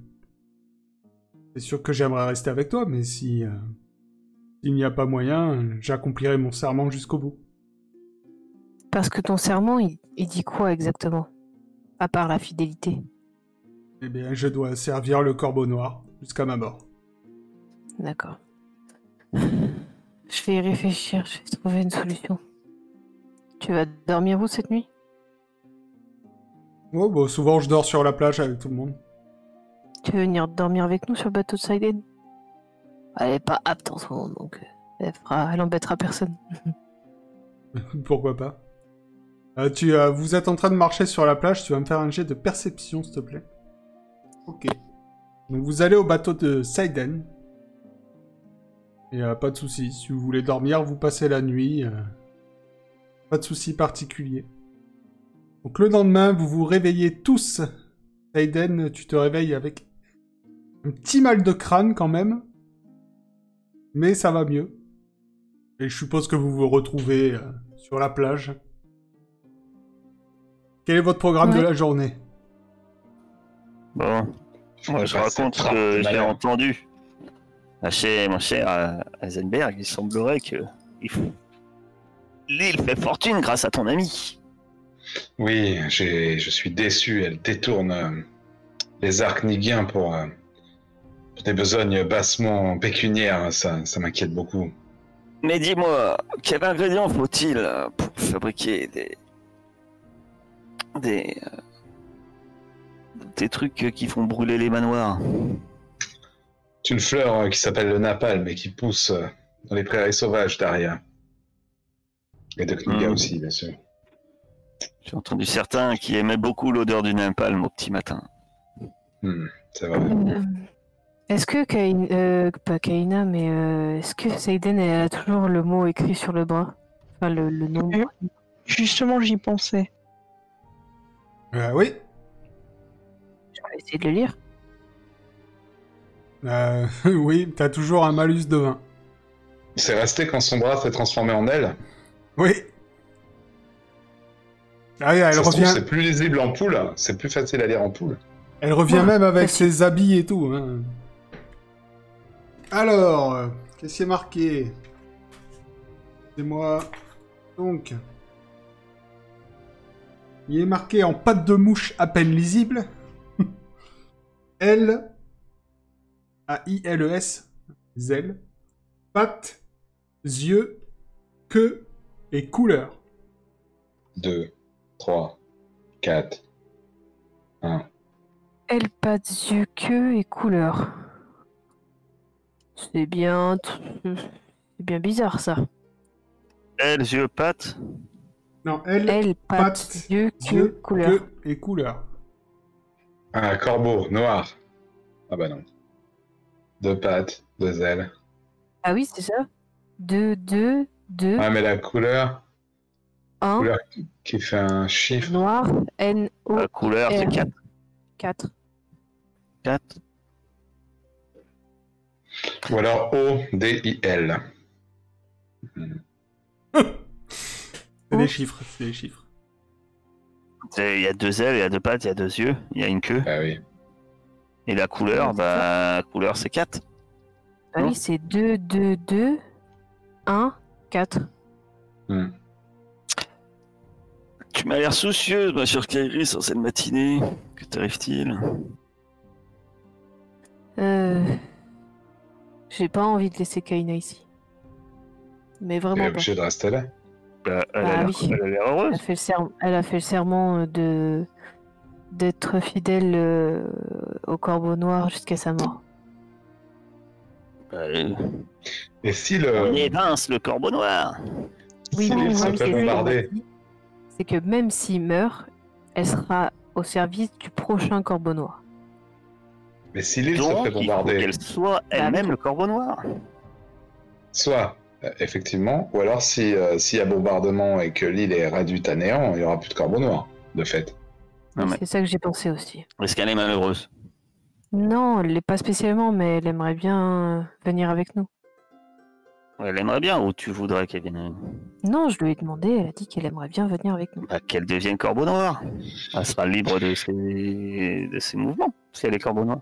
Speaker 1: C'est sûr que j'aimerais rester avec toi, mais si. euh, S'il n'y a pas moyen, j'accomplirai mon serment jusqu'au bout.
Speaker 5: Parce que ton serment, il, il dit quoi exactement À part la fidélité.
Speaker 1: Eh bien, je dois servir le corbeau noir jusqu'à ma mort.
Speaker 5: D'accord. Je vais y réfléchir, je vais trouver une solution. Tu vas dormir où cette nuit
Speaker 1: Oh, bah, souvent, je dors sur la plage avec tout le monde.
Speaker 5: Tu veux venir dormir avec nous sur le bateau de Silent Elle est pas apte en ce moment, donc euh, elle, fera, elle embêtera personne.
Speaker 1: Pourquoi pas Euh, tu, euh, Vous êtes en train de marcher sur la plage, tu vas me faire un jet de perception, s'il te plaît. Ok. Donc vous allez au bateau de Seiden. Et euh, pas de souci, si vous voulez dormir, vous passez la nuit. euh, pas de souci particulier. Donc le lendemain, vous vous réveillez tous. Seiden, tu te réveilles avec un petit mal de crâne quand même. Mais ça va mieux. Et je suppose que vous vous retrouvez euh, sur la plage. Quel est votre programme de
Speaker 5: Ouais.
Speaker 1: la journée
Speaker 4: Bon, moi, je
Speaker 2: bah,
Speaker 4: raconte ce que j'ai entendu. Ah, Chez mon cher euh, Heisenberg, il semblerait que il faut- l'île fait fortune grâce à ton ami.
Speaker 2: Oui, j'ai- je suis déçu. Elle détourne euh, les arcs niguiens pour, euh, pour des besognes bassement pécuniaires. Ça, ça m'inquiète beaucoup.
Speaker 4: Mais dis-moi, quel ingrédient faut-il euh, pour fabriquer des des euh, des trucs euh, qui font brûler les manoirs
Speaker 2: C'est une fleur euh, qui s'appelle le napalm et qui pousse euh, dans les prairies sauvages d'Aria. Et de Kniga
Speaker 4: Mhm.
Speaker 2: aussi, bien sûr.
Speaker 4: J'ai entendu certains qui aimaient beaucoup l'odeur du napalm au petit matin.
Speaker 2: Hmm, c'est vrai.
Speaker 5: Euh, Est-ce que Kaina, pas Kaina, mais euh, est-ce que Seiden elle a toujours le mot écrit sur le bras Enfin, le, le nom
Speaker 3: Oui. Justement, j'y pensais.
Speaker 1: Euh, oui.
Speaker 5: Je vais essayer de le lire.
Speaker 1: Euh, oui, t'as toujours un malus de 20.
Speaker 2: C'est resté quand son bras s'est transformé en aile.
Speaker 1: Oui. Ah oui, elle
Speaker 2: Ça se trouve,
Speaker 1: revient,
Speaker 2: C'est plus lisible en poule. C'est plus facile à lire en poule.
Speaker 1: elle revient
Speaker 5: Ouais,
Speaker 1: même avec
Speaker 5: facile.
Speaker 1: ses habits et tout. hein. Alors, euh, qu'est-ce qui est marqué C'est moi. Donc. Il est marqué en patte de mouche à peine lisible. L. A-I-L-E-S. Zèle. Patte. Yeux. Queue. Et couleur.
Speaker 2: 2, 3, 4, 1.
Speaker 5: Elle, pas de yeux, queue et couleur. C'est bien. C'est bien bizarre ça.
Speaker 4: Elle, yeux, pattes.
Speaker 1: Non, L.
Speaker 5: Elle, pas
Speaker 1: Pattes,
Speaker 5: de yeux, queue,
Speaker 1: Yeux,
Speaker 5: couleur.
Speaker 1: queue et couleur.
Speaker 2: Un corbeau noir. Ah bah non. Deux pattes, deux ailes.
Speaker 5: Ah oui, c'est ça 2, 2, 2,
Speaker 2: Ouais, mais la couleur
Speaker 5: 1,
Speaker 2: couleur. qui fait un chiffre.
Speaker 5: noir, N, O,
Speaker 4: La couleur, c'est
Speaker 5: R.
Speaker 4: 4.
Speaker 5: 4.
Speaker 4: 4.
Speaker 2: Ou alors O, D, I, L.
Speaker 1: C'est
Speaker 5: Ouh.
Speaker 1: des chiffres, c'est des chiffres.
Speaker 4: Il y a deux ailes, il y a deux pattes, il y a deux yeux, il y a une queue.
Speaker 2: Ah oui.
Speaker 4: Et la couleur, bah, la couleur, c'est 4.
Speaker 5: Ah
Speaker 4: Non.
Speaker 5: oui, c'est 2, 2, 2, 1, 4.
Speaker 2: Hmm.
Speaker 4: Tu m'as l'air soucieuse, ma chère Kairi, sur cette matinée. Que t'arrive-t-il
Speaker 5: Euh... J'ai pas envie de laisser Kaina ici. Mais
Speaker 2: Elle
Speaker 5: vraiment
Speaker 2: est
Speaker 5: pas.
Speaker 2: obligée de rester là.
Speaker 4: bah, elle,
Speaker 5: Bah
Speaker 4: a l'air,
Speaker 5: oui.
Speaker 4: elle a l'air
Speaker 5: Elle a
Speaker 4: heureuse.
Speaker 5: fait le, ser- elle a fait le serment euh, de d'être fidèle euh, au corbeau noir jusqu'à sa mort.
Speaker 4: Bah, elle-
Speaker 2: Et si
Speaker 5: Euh,
Speaker 4: On
Speaker 2: le.
Speaker 4: évince le corbeau noir.
Speaker 5: Oui,
Speaker 2: si
Speaker 5: mais
Speaker 2: l'île
Speaker 5: le
Speaker 2: se
Speaker 5: problème,
Speaker 2: fait
Speaker 5: c'est que-
Speaker 2: bombarder.
Speaker 5: C'est que même s'il meurt, elle sera au service du prochain corbeau noir.
Speaker 2: Mais si l'île se
Speaker 4: Donc,
Speaker 2: fait
Speaker 4: il faut
Speaker 2: bombarder.
Speaker 5: Bah,
Speaker 4: qu'elle soit elle-même le corbeau noir.
Speaker 2: Soit Euh, effectivement. Ou alors, si, euh, s'il y a bombardement et que l'île est réduite à néant, il n'y aura plus de corbeau noir, de fait.
Speaker 4: Non, mais
Speaker 5: C'est ça que j'ai pensé aussi.
Speaker 4: est-ce qu'elle est malheureuse
Speaker 5: Non, elle l'est pas spécialement, mais elle aimerait bien euh, venir avec nous.
Speaker 4: Elle aimerait bien ou tu voudrais qu'elle vienne
Speaker 5: Non, je lui ai demandé, elle a dit qu'elle aimerait bien venir avec nous.
Speaker 4: bah, Qu'elle devienne corbeau noir. Elle sera libre de ses, de ses mouvements si elle est corbeau noir.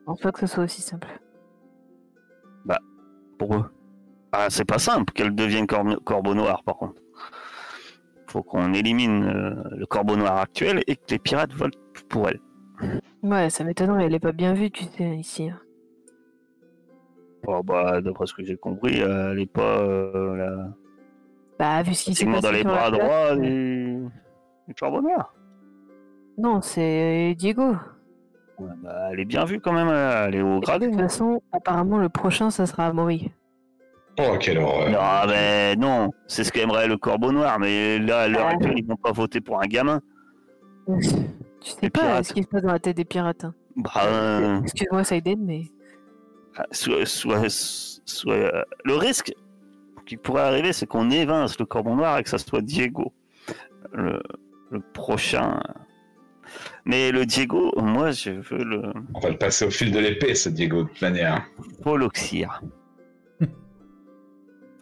Speaker 5: Je pense pas que ce soit aussi simple.
Speaker 4: Pour eux. Ah, c'est pas simple qu'elle devienne corbe- corbeau noir par contre. Faut qu'on élimine euh, le corbeau noir actuel et que les pirates volent pour elle.
Speaker 5: Ouais, ça m'étonnerait, elle est pas bien vue, tu sais, ici. hein.
Speaker 4: Oh, bah, d'après ce que j'ai compris, euh, elle est pas euh, là,
Speaker 5: Bah, vu ce qui s'est
Speaker 4: facilement
Speaker 5: passé
Speaker 4: dans les
Speaker 5: sur la
Speaker 4: bras
Speaker 5: plage-
Speaker 4: droits du, du corbeau noir.
Speaker 5: Non, c'est Diego.
Speaker 4: Ouais, bah, elle est bien vue quand même, euh, elle est au
Speaker 5: De
Speaker 4: gradé.
Speaker 5: toute façon, apparemment, le prochain, ça sera Amaury.
Speaker 2: Oh, quelle horreur.
Speaker 4: Non, mais Ah, ben, non, c'est ce qu'aimerait le corbeau noir, mais là, à l'heure
Speaker 5: Ah.
Speaker 4: actuelle, ils vont pas voter pour un gamin.
Speaker 5: tu sais
Speaker 4: Les
Speaker 5: pas euh,
Speaker 4: pirates.
Speaker 5: ce qui se passe dans la tête des pirates. hein.
Speaker 4: Bah, euh,
Speaker 5: Excuse-moi, Saïden, mais.
Speaker 4: Ah, soit, soit, soit, euh, le risque qui pourrait arriver, c'est qu'on évince le corbeau noir et que ça soit Diego, le, le prochain. Mais le Diego, moi, je veux le
Speaker 2: On va le passer au fil de l'épée, ce Diego, de toute manière.
Speaker 4: Poloxir.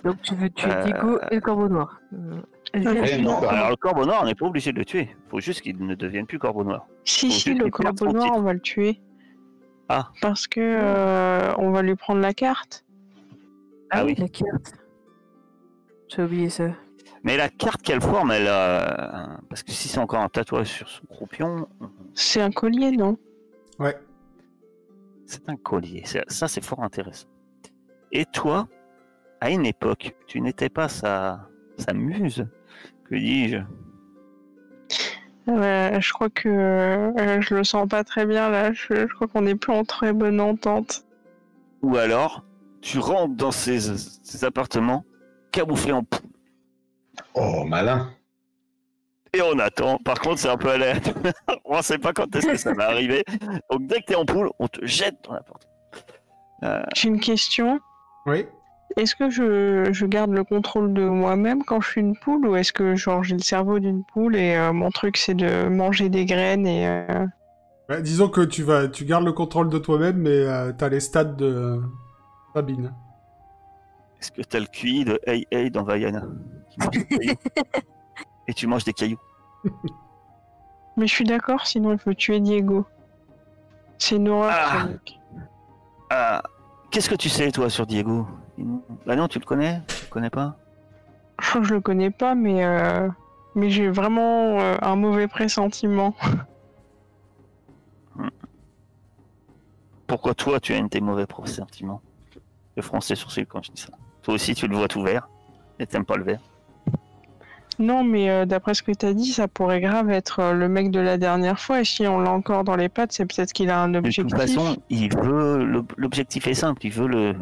Speaker 5: Donc, tu veux tuer
Speaker 4: Euh,
Speaker 5: Diego et le corbeau noir. Euh,
Speaker 2: Eh non, bah,
Speaker 4: Alors, le corbeau noir, on n'est pas obligé de le tuer. faut juste qu'il ne devienne plus corbeau noir.
Speaker 3: Si,
Speaker 4: Faut
Speaker 3: si,
Speaker 4: juste
Speaker 3: le
Speaker 4: lui faire
Speaker 3: corbeau
Speaker 4: son
Speaker 3: noir,
Speaker 4: titre.
Speaker 3: on va le tuer.
Speaker 4: Ah.
Speaker 3: Parce que euh, on va lui prendre la carte.
Speaker 4: Ah oui.
Speaker 5: La carte. J'ai oublié ça.
Speaker 4: Mais la carte qu'elle forme, elle a... Parce que si c'est encore un tatouage sur son croupion,
Speaker 3: C'est un collier, non
Speaker 1: Ouais.
Speaker 4: c'est un collier. Ça, ça, c'est fort intéressant. Et toi, à une époque, tu n'étais pas sa, sa muse Que dis-je
Speaker 3: Ouais, Je crois que euh, je le sens pas très bien là. Je, je crois qu'on n'est plus en très bonne entente.
Speaker 4: Ou alors, tu rentres dans ses, ses appartements, camouflé en poule,
Speaker 2: Oh, malin.
Speaker 4: et on attend. Par contre, c'est un peu aléatoire. on ne sait pas quand est-ce que ça va arriver. Donc, dès que tu es en poule, on te jette dans la porte. Euh,
Speaker 3: J'ai une question.
Speaker 1: Oui.
Speaker 3: Est-ce que je, je garde le contrôle de moi-même quand je suis une poule ou est-ce que genre j'ai le cerveau d'une poule et euh, mon truc c'est de manger des graines et euh,
Speaker 1: Bah, disons que tu vas, tu gardes le contrôle de toi-même, mais euh, t'as les stats de euh, Sabine.
Speaker 4: Est-ce que t'as le QI de Hey Hey dans Vaiana qui mange des cailloux Et tu manges des cailloux.
Speaker 3: mais je suis d'accord sinon il faut tuer Diego. C'est une horreur.
Speaker 4: Ah.
Speaker 3: ce mec.
Speaker 4: Ah, Qu'est-ce que tu sais, toi, sur Diego Bah non, tu le connais Tu le connais pas
Speaker 3: Je crois que je le connais pas mais euh, mais j'ai vraiment euh, un mauvais pressentiment.
Speaker 4: Pourquoi toi, tu as une des mauvais pressentiments Le français sourcil quand je dis ça. Toi aussi, tu le vois tout vert. Et t'aimes pas le vert.
Speaker 3: Non mais euh, d'après ce que t'as dit ça pourrait grave être euh, le mec de la dernière fois et si on l'a encore dans les pattes c'est peut-être qu'il a un
Speaker 4: De toute
Speaker 3: objectif.
Speaker 4: façon, il veut. l'ob- L'objectif est simple. Il veut le.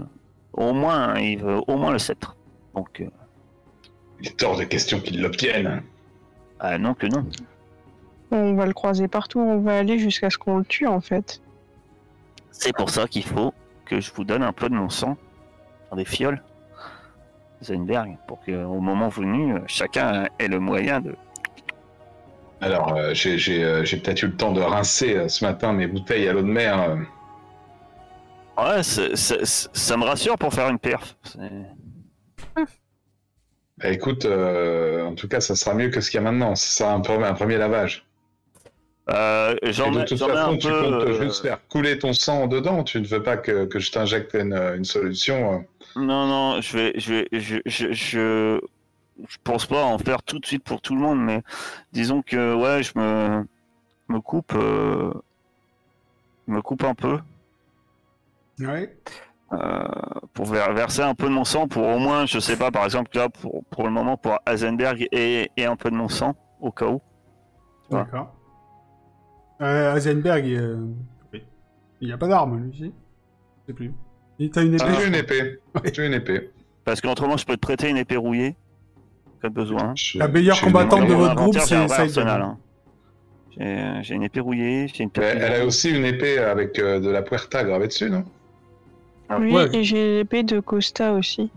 Speaker 4: Au moins, il veut au moins le sceptre. Donc, euh,
Speaker 2: Il est hors de question qu'il l'obtienne.
Speaker 4: ah non que non.
Speaker 3: On va le croiser partout, on va aller jusqu'à ce qu'on le tue en fait.
Speaker 4: C'est pour ça qu'il faut que je vous donne un peu de mon sang dans des fioles. Zenberg, pour que au moment venu, euh, chacun ait le moyen de.
Speaker 2: Alors, euh, j'ai j'ai, euh, j'ai peut-être eu le temps de rincer euh, ce matin mes bouteilles à l'eau de mer. euh.
Speaker 4: Ouais, c'est- c'est- c'est- ça me rassure pour faire une perf. C'est-
Speaker 2: Bah, écoute, euh, en tout cas, ça sera mieux que ce qu'il y a maintenant. Ça sera un, premier- un premier lavage.
Speaker 4: Euh, J'en
Speaker 2: Et de
Speaker 4: mets
Speaker 2: toute
Speaker 4: j'en mets un
Speaker 2: façon,
Speaker 4: peu.
Speaker 2: tu comptes
Speaker 4: euh,
Speaker 2: juste faire couler ton sang dedans. Tu ne veux pas que, que je t'injecte une, une solution. euh.
Speaker 4: Non, non, je vais, je vais, je, je, je, je pense pas en faire tout de suite pour tout le monde, mais disons que ouais, je me, je me coupe, euh, je me coupe un peu
Speaker 1: Ouais.
Speaker 4: euh, pour ver- verser un peu de mon sang, pour au moins, je sais pas, par exemple là, pour, pour le moment, pour Heisenberg et, et un peu de mon sang au cas où. Ouais.
Speaker 1: D'accord. Euh, Heisenberg, il, euh, oui. il y a pas d'arme, lui, si Je sais plus. Il t'a une épée.
Speaker 4: Ah.
Speaker 2: J'ai une épée. J'ai une épée.
Speaker 4: Parce qu'autrement, je peux te prêter une épée rouillée, quand besoin.
Speaker 2: Je-
Speaker 1: La meilleure
Speaker 2: j'ai
Speaker 1: combattante
Speaker 4: Dans
Speaker 1: Tant
Speaker 2: demandé-
Speaker 1: de
Speaker 4: mon
Speaker 1: votre groupe,
Speaker 4: inventaire, j'ai un
Speaker 1: c'est
Speaker 4: vrai
Speaker 1: Saigon.
Speaker 4: arsenal, hein. J'ai j'ai une épée rouillée, j'ai une
Speaker 2: Mais
Speaker 4: épée.
Speaker 2: Elle a aussi une épée avec euh, de la puerta gravée dessus, non
Speaker 4: Ah
Speaker 3: Oui,
Speaker 1: ouais.
Speaker 3: et j'ai l'épée de Costa aussi.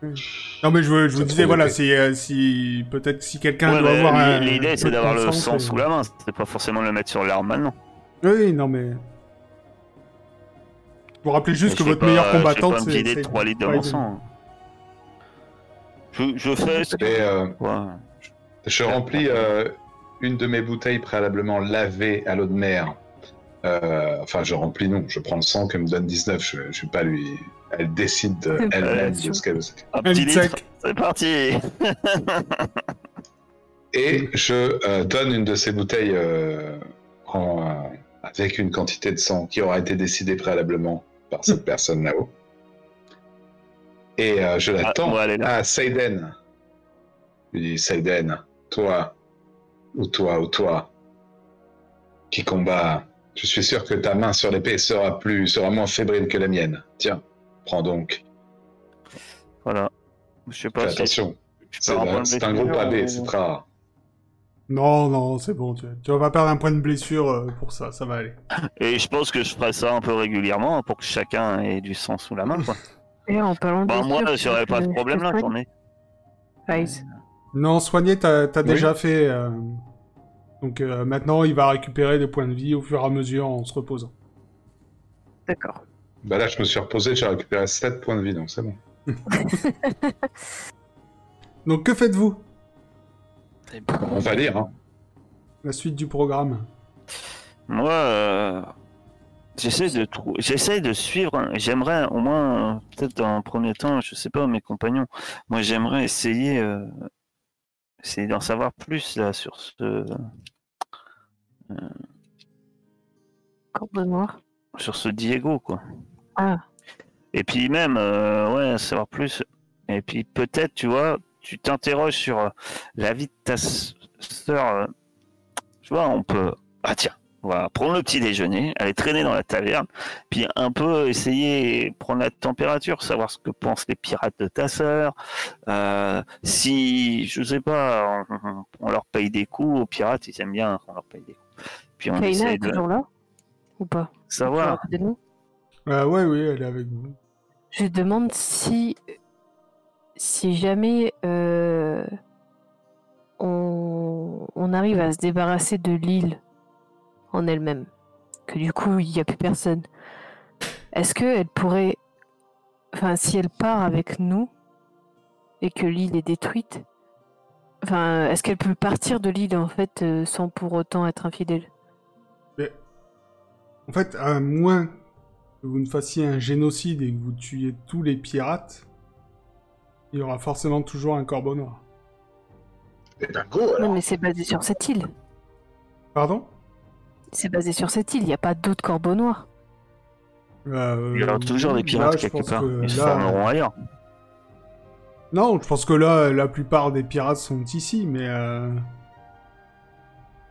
Speaker 1: Non, mais je, veux- je vous
Speaker 2: Ça
Speaker 1: disais,
Speaker 2: trouve
Speaker 1: voilà,
Speaker 2: épais.
Speaker 1: si, euh, si peut-être si quelqu'un
Speaker 4: Ouais,
Speaker 1: doit
Speaker 4: mais
Speaker 1: avoir un.
Speaker 4: L'idée, c'est
Speaker 1: truc
Speaker 4: d'avoir
Speaker 1: comme
Speaker 4: le
Speaker 1: ça, on
Speaker 4: sang
Speaker 1: fait-
Speaker 4: sous la main. C'est pas forcément de le mettre sur l'arme maintenant.
Speaker 1: Oui, non, mais. Vous rappelez juste
Speaker 4: Je
Speaker 1: que
Speaker 4: sais
Speaker 1: votre
Speaker 4: pas,
Speaker 1: meilleur
Speaker 4: euh, j'ai
Speaker 1: combattant,
Speaker 4: pas
Speaker 1: c'est.
Speaker 4: une idée de
Speaker 1: c'est-
Speaker 4: 3 litres de hein.
Speaker 1: Ouais,
Speaker 4: mon sang. Je, je fais ce que-
Speaker 2: Et euh,
Speaker 4: Ouais.
Speaker 2: je remplis euh, une de mes bouteilles préalablement lavée à l'eau de mer. Euh, enfin, je remplis, non. Je prends le sang que me donne 19. Je, je suis pas lui. Elle décide de-
Speaker 5: Ouais,
Speaker 2: elle-même
Speaker 5: bien sûr.
Speaker 2: de ce qu'elle
Speaker 4: Un
Speaker 1: Un
Speaker 4: petit
Speaker 1: litre
Speaker 4: litre,
Speaker 1: sec.
Speaker 4: c'est parti
Speaker 2: Et je euh, donne une de ces bouteilles euh, en, euh, avec une quantité de sang qui aura été décidée préalablement par cette personne là-haut. Et euh, je
Speaker 4: Ah,
Speaker 2: l'attends
Speaker 4: ouais, elle est là.
Speaker 2: à Seiden. Je lui dis Seiden, toi, ou toi, ou toi, qui combat, je suis sûr que ta main sur l'épée sera, plus, sera moins fébrile que la mienne. Tiens, prends donc.
Speaker 4: Voilà. Je sais
Speaker 2: Fais
Speaker 4: pas si
Speaker 2: attention,
Speaker 4: je
Speaker 2: c'est
Speaker 4: peux
Speaker 2: un,
Speaker 4: un
Speaker 2: c'est un groupe AB, c'est très rare.
Speaker 1: Non, non, c'est bon, tu, tu vas pas perdre un point de blessure euh, pour ça, ça va aller.
Speaker 4: Et je pense que je ferai ça un peu régulièrement pour que chacun ait du sang sous la main. Quoi.
Speaker 3: Et en parlant de
Speaker 4: Bah, moi,
Speaker 3: blessures,
Speaker 4: j'aurais
Speaker 3: tu
Speaker 4: pas de
Speaker 5: euh,
Speaker 3: peux-
Speaker 4: problème là,
Speaker 3: tu
Speaker 4: j'en ai.
Speaker 3: peux- Nice.
Speaker 1: Non, soigner, t'as t'as
Speaker 2: Oui.
Speaker 1: déjà fait. euh, Donc euh, maintenant, il va récupérer des points de vie au fur et à mesure en se reposant.
Speaker 3: D'accord.
Speaker 2: Bah là, je me suis reposé, j'ai récupéré 7 points de vie, donc c'est bon.
Speaker 1: Donc que faites-vous
Speaker 2: On va lire. Hein.
Speaker 1: La suite du programme.
Speaker 4: Moi, euh, j'essaie de trou- j'essaie de suivre. hein. J'aimerais au moins, euh, peut-être dans un premier temps, je sais pas, mes compagnons. Moi, j'aimerais essayer, euh, essayer d'en savoir plus là sur ce,
Speaker 3: Corde noire.
Speaker 4: sur ce Diego, quoi.
Speaker 3: Ah.
Speaker 4: Et puis même, euh, ouais, savoir plus. Et puis peut-être, tu vois, tu t'interroges sur euh, la vie de ta s- sœur. euh, tu vois, on peut. Ah tiens, on va prendre le petit déjeuner, aller traîner dans la taverne, puis un peu essayer et prendre la température, savoir ce que pensent les pirates de ta sœur. Euh, si, je sais pas, on, on- on leur paye des coups aux pirates, ils aiment bien qu'on leur paye des coups. Puis on
Speaker 3: Kaina
Speaker 4: essaie
Speaker 3: est
Speaker 4: de
Speaker 3: toujours là Ou pas Toujours à
Speaker 4: savoir.
Speaker 3: côté de nous
Speaker 1: Euh, ouais, oui, elle est avec vous.
Speaker 6: Je demande si, si jamais euh, on, on arrive à se débarrasser de l'île en elle-même, que du coup il n'y a plus personne, est-ce qu'elle pourrait, enfin si elle part avec nous et que l'île est détruite, enfin est-ce qu'elle peut partir de l'île en fait euh, sans pour autant être infidèle
Speaker 1: En fait, à moins que vous ne fassiez un génocide et que vous tuiez tous les pirates, il y aura forcément toujours un corbeau noir.
Speaker 2: Et ben go alors.
Speaker 6: Non mais c'est basé sur cette île.
Speaker 1: Pardon
Speaker 6: C'est basé sur cette île, il n'y a pas d'autres corbeaux noirs.
Speaker 1: Euh,
Speaker 4: Il y aura toujours des
Speaker 1: là,
Speaker 4: pirates
Speaker 1: je
Speaker 4: quelque
Speaker 1: pense
Speaker 4: part.
Speaker 1: que
Speaker 4: Ils se
Speaker 1: là-
Speaker 4: formeront ailleurs.
Speaker 1: Non, je pense que là, la plupart des pirates sont ici, mais... euh,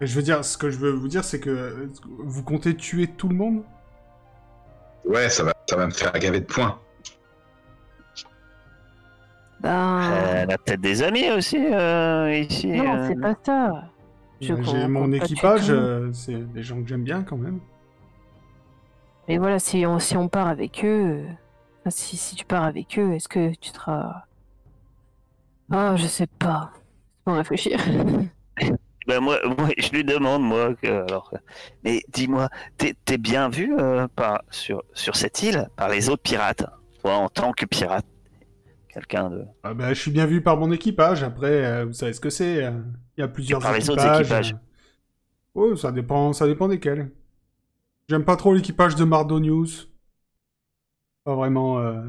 Speaker 1: mais je veux dire, ce que je veux vous dire, c'est que euh, vous comptez tuer tout le monde
Speaker 2: Ouais, ça va, ça va me faire gaver de points.
Speaker 6: Ben...
Speaker 4: Euh, elle a peut-être des amis aussi euh, ici.
Speaker 6: Non,
Speaker 4: euh.
Speaker 6: c'est pas ça. Je
Speaker 1: Euh,
Speaker 6: comprends
Speaker 1: J'ai mon
Speaker 6: pas, tu
Speaker 1: équipage,
Speaker 6: tues.
Speaker 1: euh, c'est des gens que j'aime bien quand même.
Speaker 6: Mais voilà, si on, si on part avec eux, euh, enfin, si, si tu pars avec eux, est-ce que tu seras. Ah, je sais pas. On va réfléchir.
Speaker 4: Ben, moi, moi, je lui demande moi que alors. euh, Mais dis-moi, t'es t'es bien vu euh, par sur sur cette île par les autres pirates. Toi, en tant que pirate, quelqu'un de
Speaker 1: Ah bah, je suis bien vu par mon équipage, après, euh, vous savez ce que c'est. euh, Il y a plusieurs
Speaker 4: par les autres équipages.
Speaker 1: euh. Ouais, ça dépend, ça dépend desquels. J'aime pas trop l'équipage de Mardonius. Pas vraiment... euh,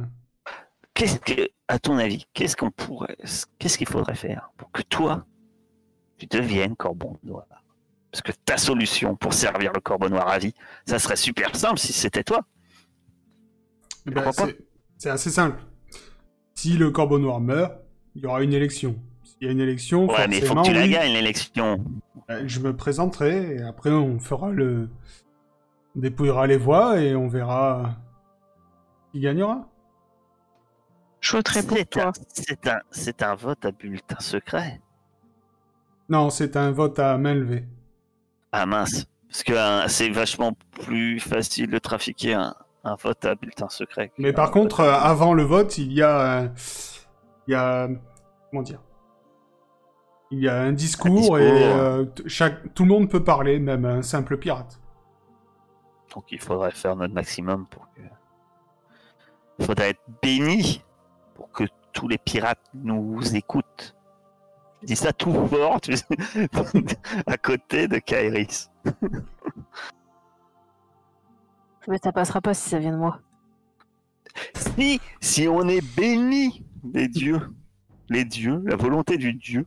Speaker 4: Qu'est-ce que, à ton avis, qu'est-ce qu'on pourrait, qu'est-ce qu'il faudrait faire pour que toi, tu deviennes Corbon Noir Parce que ta solution pour servir le Corbeau Noir à vie, ça serait super simple si c'était toi.
Speaker 1: eh ben,
Speaker 4: crois pas.
Speaker 1: c'est- c'est assez simple. Si le Corbeau Noir meurt, il y aura une élection. S'il y a une élection,
Speaker 4: Ouais, mais il faut
Speaker 1: forcément,
Speaker 4: que tu la
Speaker 1: oui,
Speaker 4: gagnes l'élection.
Speaker 1: euh, je me présenterai, et après on fera le... On dépouillera les voix et on verra qui gagnera.
Speaker 3: Chouette réponse,
Speaker 4: C'est
Speaker 3: toi.
Speaker 4: un, c'est un- c'est un vote à bulletin secret.
Speaker 1: Non, c'est un vote à main levée.
Speaker 4: Ah mince, parce que euh, c'est vachement plus facile de trafiquer un, un vote à bulletin secret.
Speaker 1: Mais
Speaker 4: qu'un
Speaker 1: par
Speaker 4: vote
Speaker 1: contre,
Speaker 4: à-
Speaker 1: euh, avant le vote, il y a euh, Il y a. Comment dire Il y a un discours,
Speaker 4: discours.
Speaker 1: et euh, t- chaque, tout le monde peut parler, même un simple pirate.
Speaker 4: Donc il faudrait faire notre maximum pour que. Il faudrait être béni pour que tous les pirates nous écoutent. Je dis ça tout fort, tu sais, à côté de Kairis.
Speaker 6: Mais ça passera pas si ça vient de moi.
Speaker 4: Si, si on est béni des dieux, les dieux, la volonté du dieu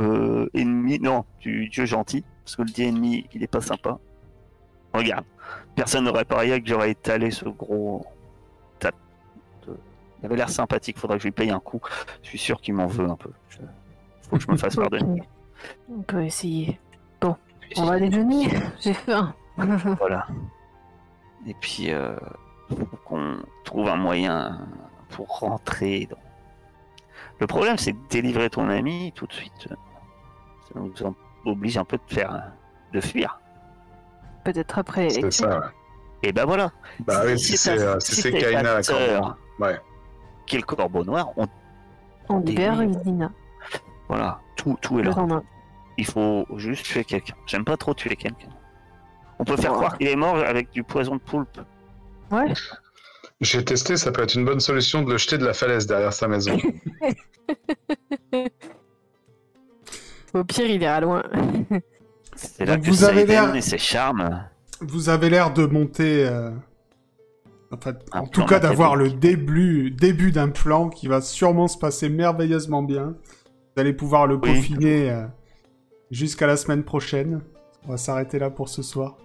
Speaker 4: euh, ennemi, non, du dieu gentil, parce que le dieu ennemi, il est pas sympa. Regarde, personne n'aurait parié que j'aurais étalé ce gros. tap- de- Il avait l'air sympathique, faudrait que je lui paye un coup. Je suis sûr qu'il m'en veut un peu. Je... Faut que je me fasse pardonner.
Speaker 6: Ok. On peut essayer. On va déjeuner. J'ai faim.
Speaker 4: Voilà. Et puis, euh, faut qu'on trouve un moyen pour rentrer dans. Le problème, c'est que délivrer ton ami tout de suite, euh, ça nous en- oblige un peu de faire, euh, de fuir.
Speaker 6: Peut-être après
Speaker 2: C'est
Speaker 6: l'élection.
Speaker 2: ça, ouais.
Speaker 4: Et ben voilà.
Speaker 2: Bah oui, si c'est
Speaker 4: ta-
Speaker 2: euh, si
Speaker 4: si
Speaker 2: c'est
Speaker 4: c'est ta
Speaker 2: Kaina, quand même.
Speaker 4: sœur
Speaker 2: Ouais.
Speaker 4: qui est le corbeau noir, on,
Speaker 6: On
Speaker 4: Des
Speaker 6: libère
Speaker 4: livres.
Speaker 6: Dina.
Speaker 4: voilà, tout, tout est
Speaker 6: Le
Speaker 4: là.
Speaker 6: lendemain.
Speaker 4: Il faut juste tuer quelqu'un. J'aime pas trop tuer quelqu'un. On peut faire
Speaker 6: Ouais.
Speaker 4: croire qu'il est mort avec du poison de poulpe.
Speaker 6: Ouais.
Speaker 2: J'ai testé, ça peut être une bonne solution de le jeter de la falaise derrière sa maison.
Speaker 6: Au pire, il ira loin.
Speaker 4: C'est là
Speaker 1: Donc
Speaker 4: que
Speaker 1: vous
Speaker 4: ça
Speaker 1: avez l'air-
Speaker 4: et ses charmes.
Speaker 1: Vous avez l'air de monter. euh, En, fait,
Speaker 4: Un
Speaker 1: en
Speaker 4: plan
Speaker 1: tout cas, d'avoir le
Speaker 4: machiavélique.
Speaker 1: début, début d'un plan qui va sûrement se passer merveilleusement bien. Vous allez pouvoir le
Speaker 4: Oui.
Speaker 1: peaufiner euh, jusqu'à la semaine prochaine. On va s'arrêter là pour ce soir.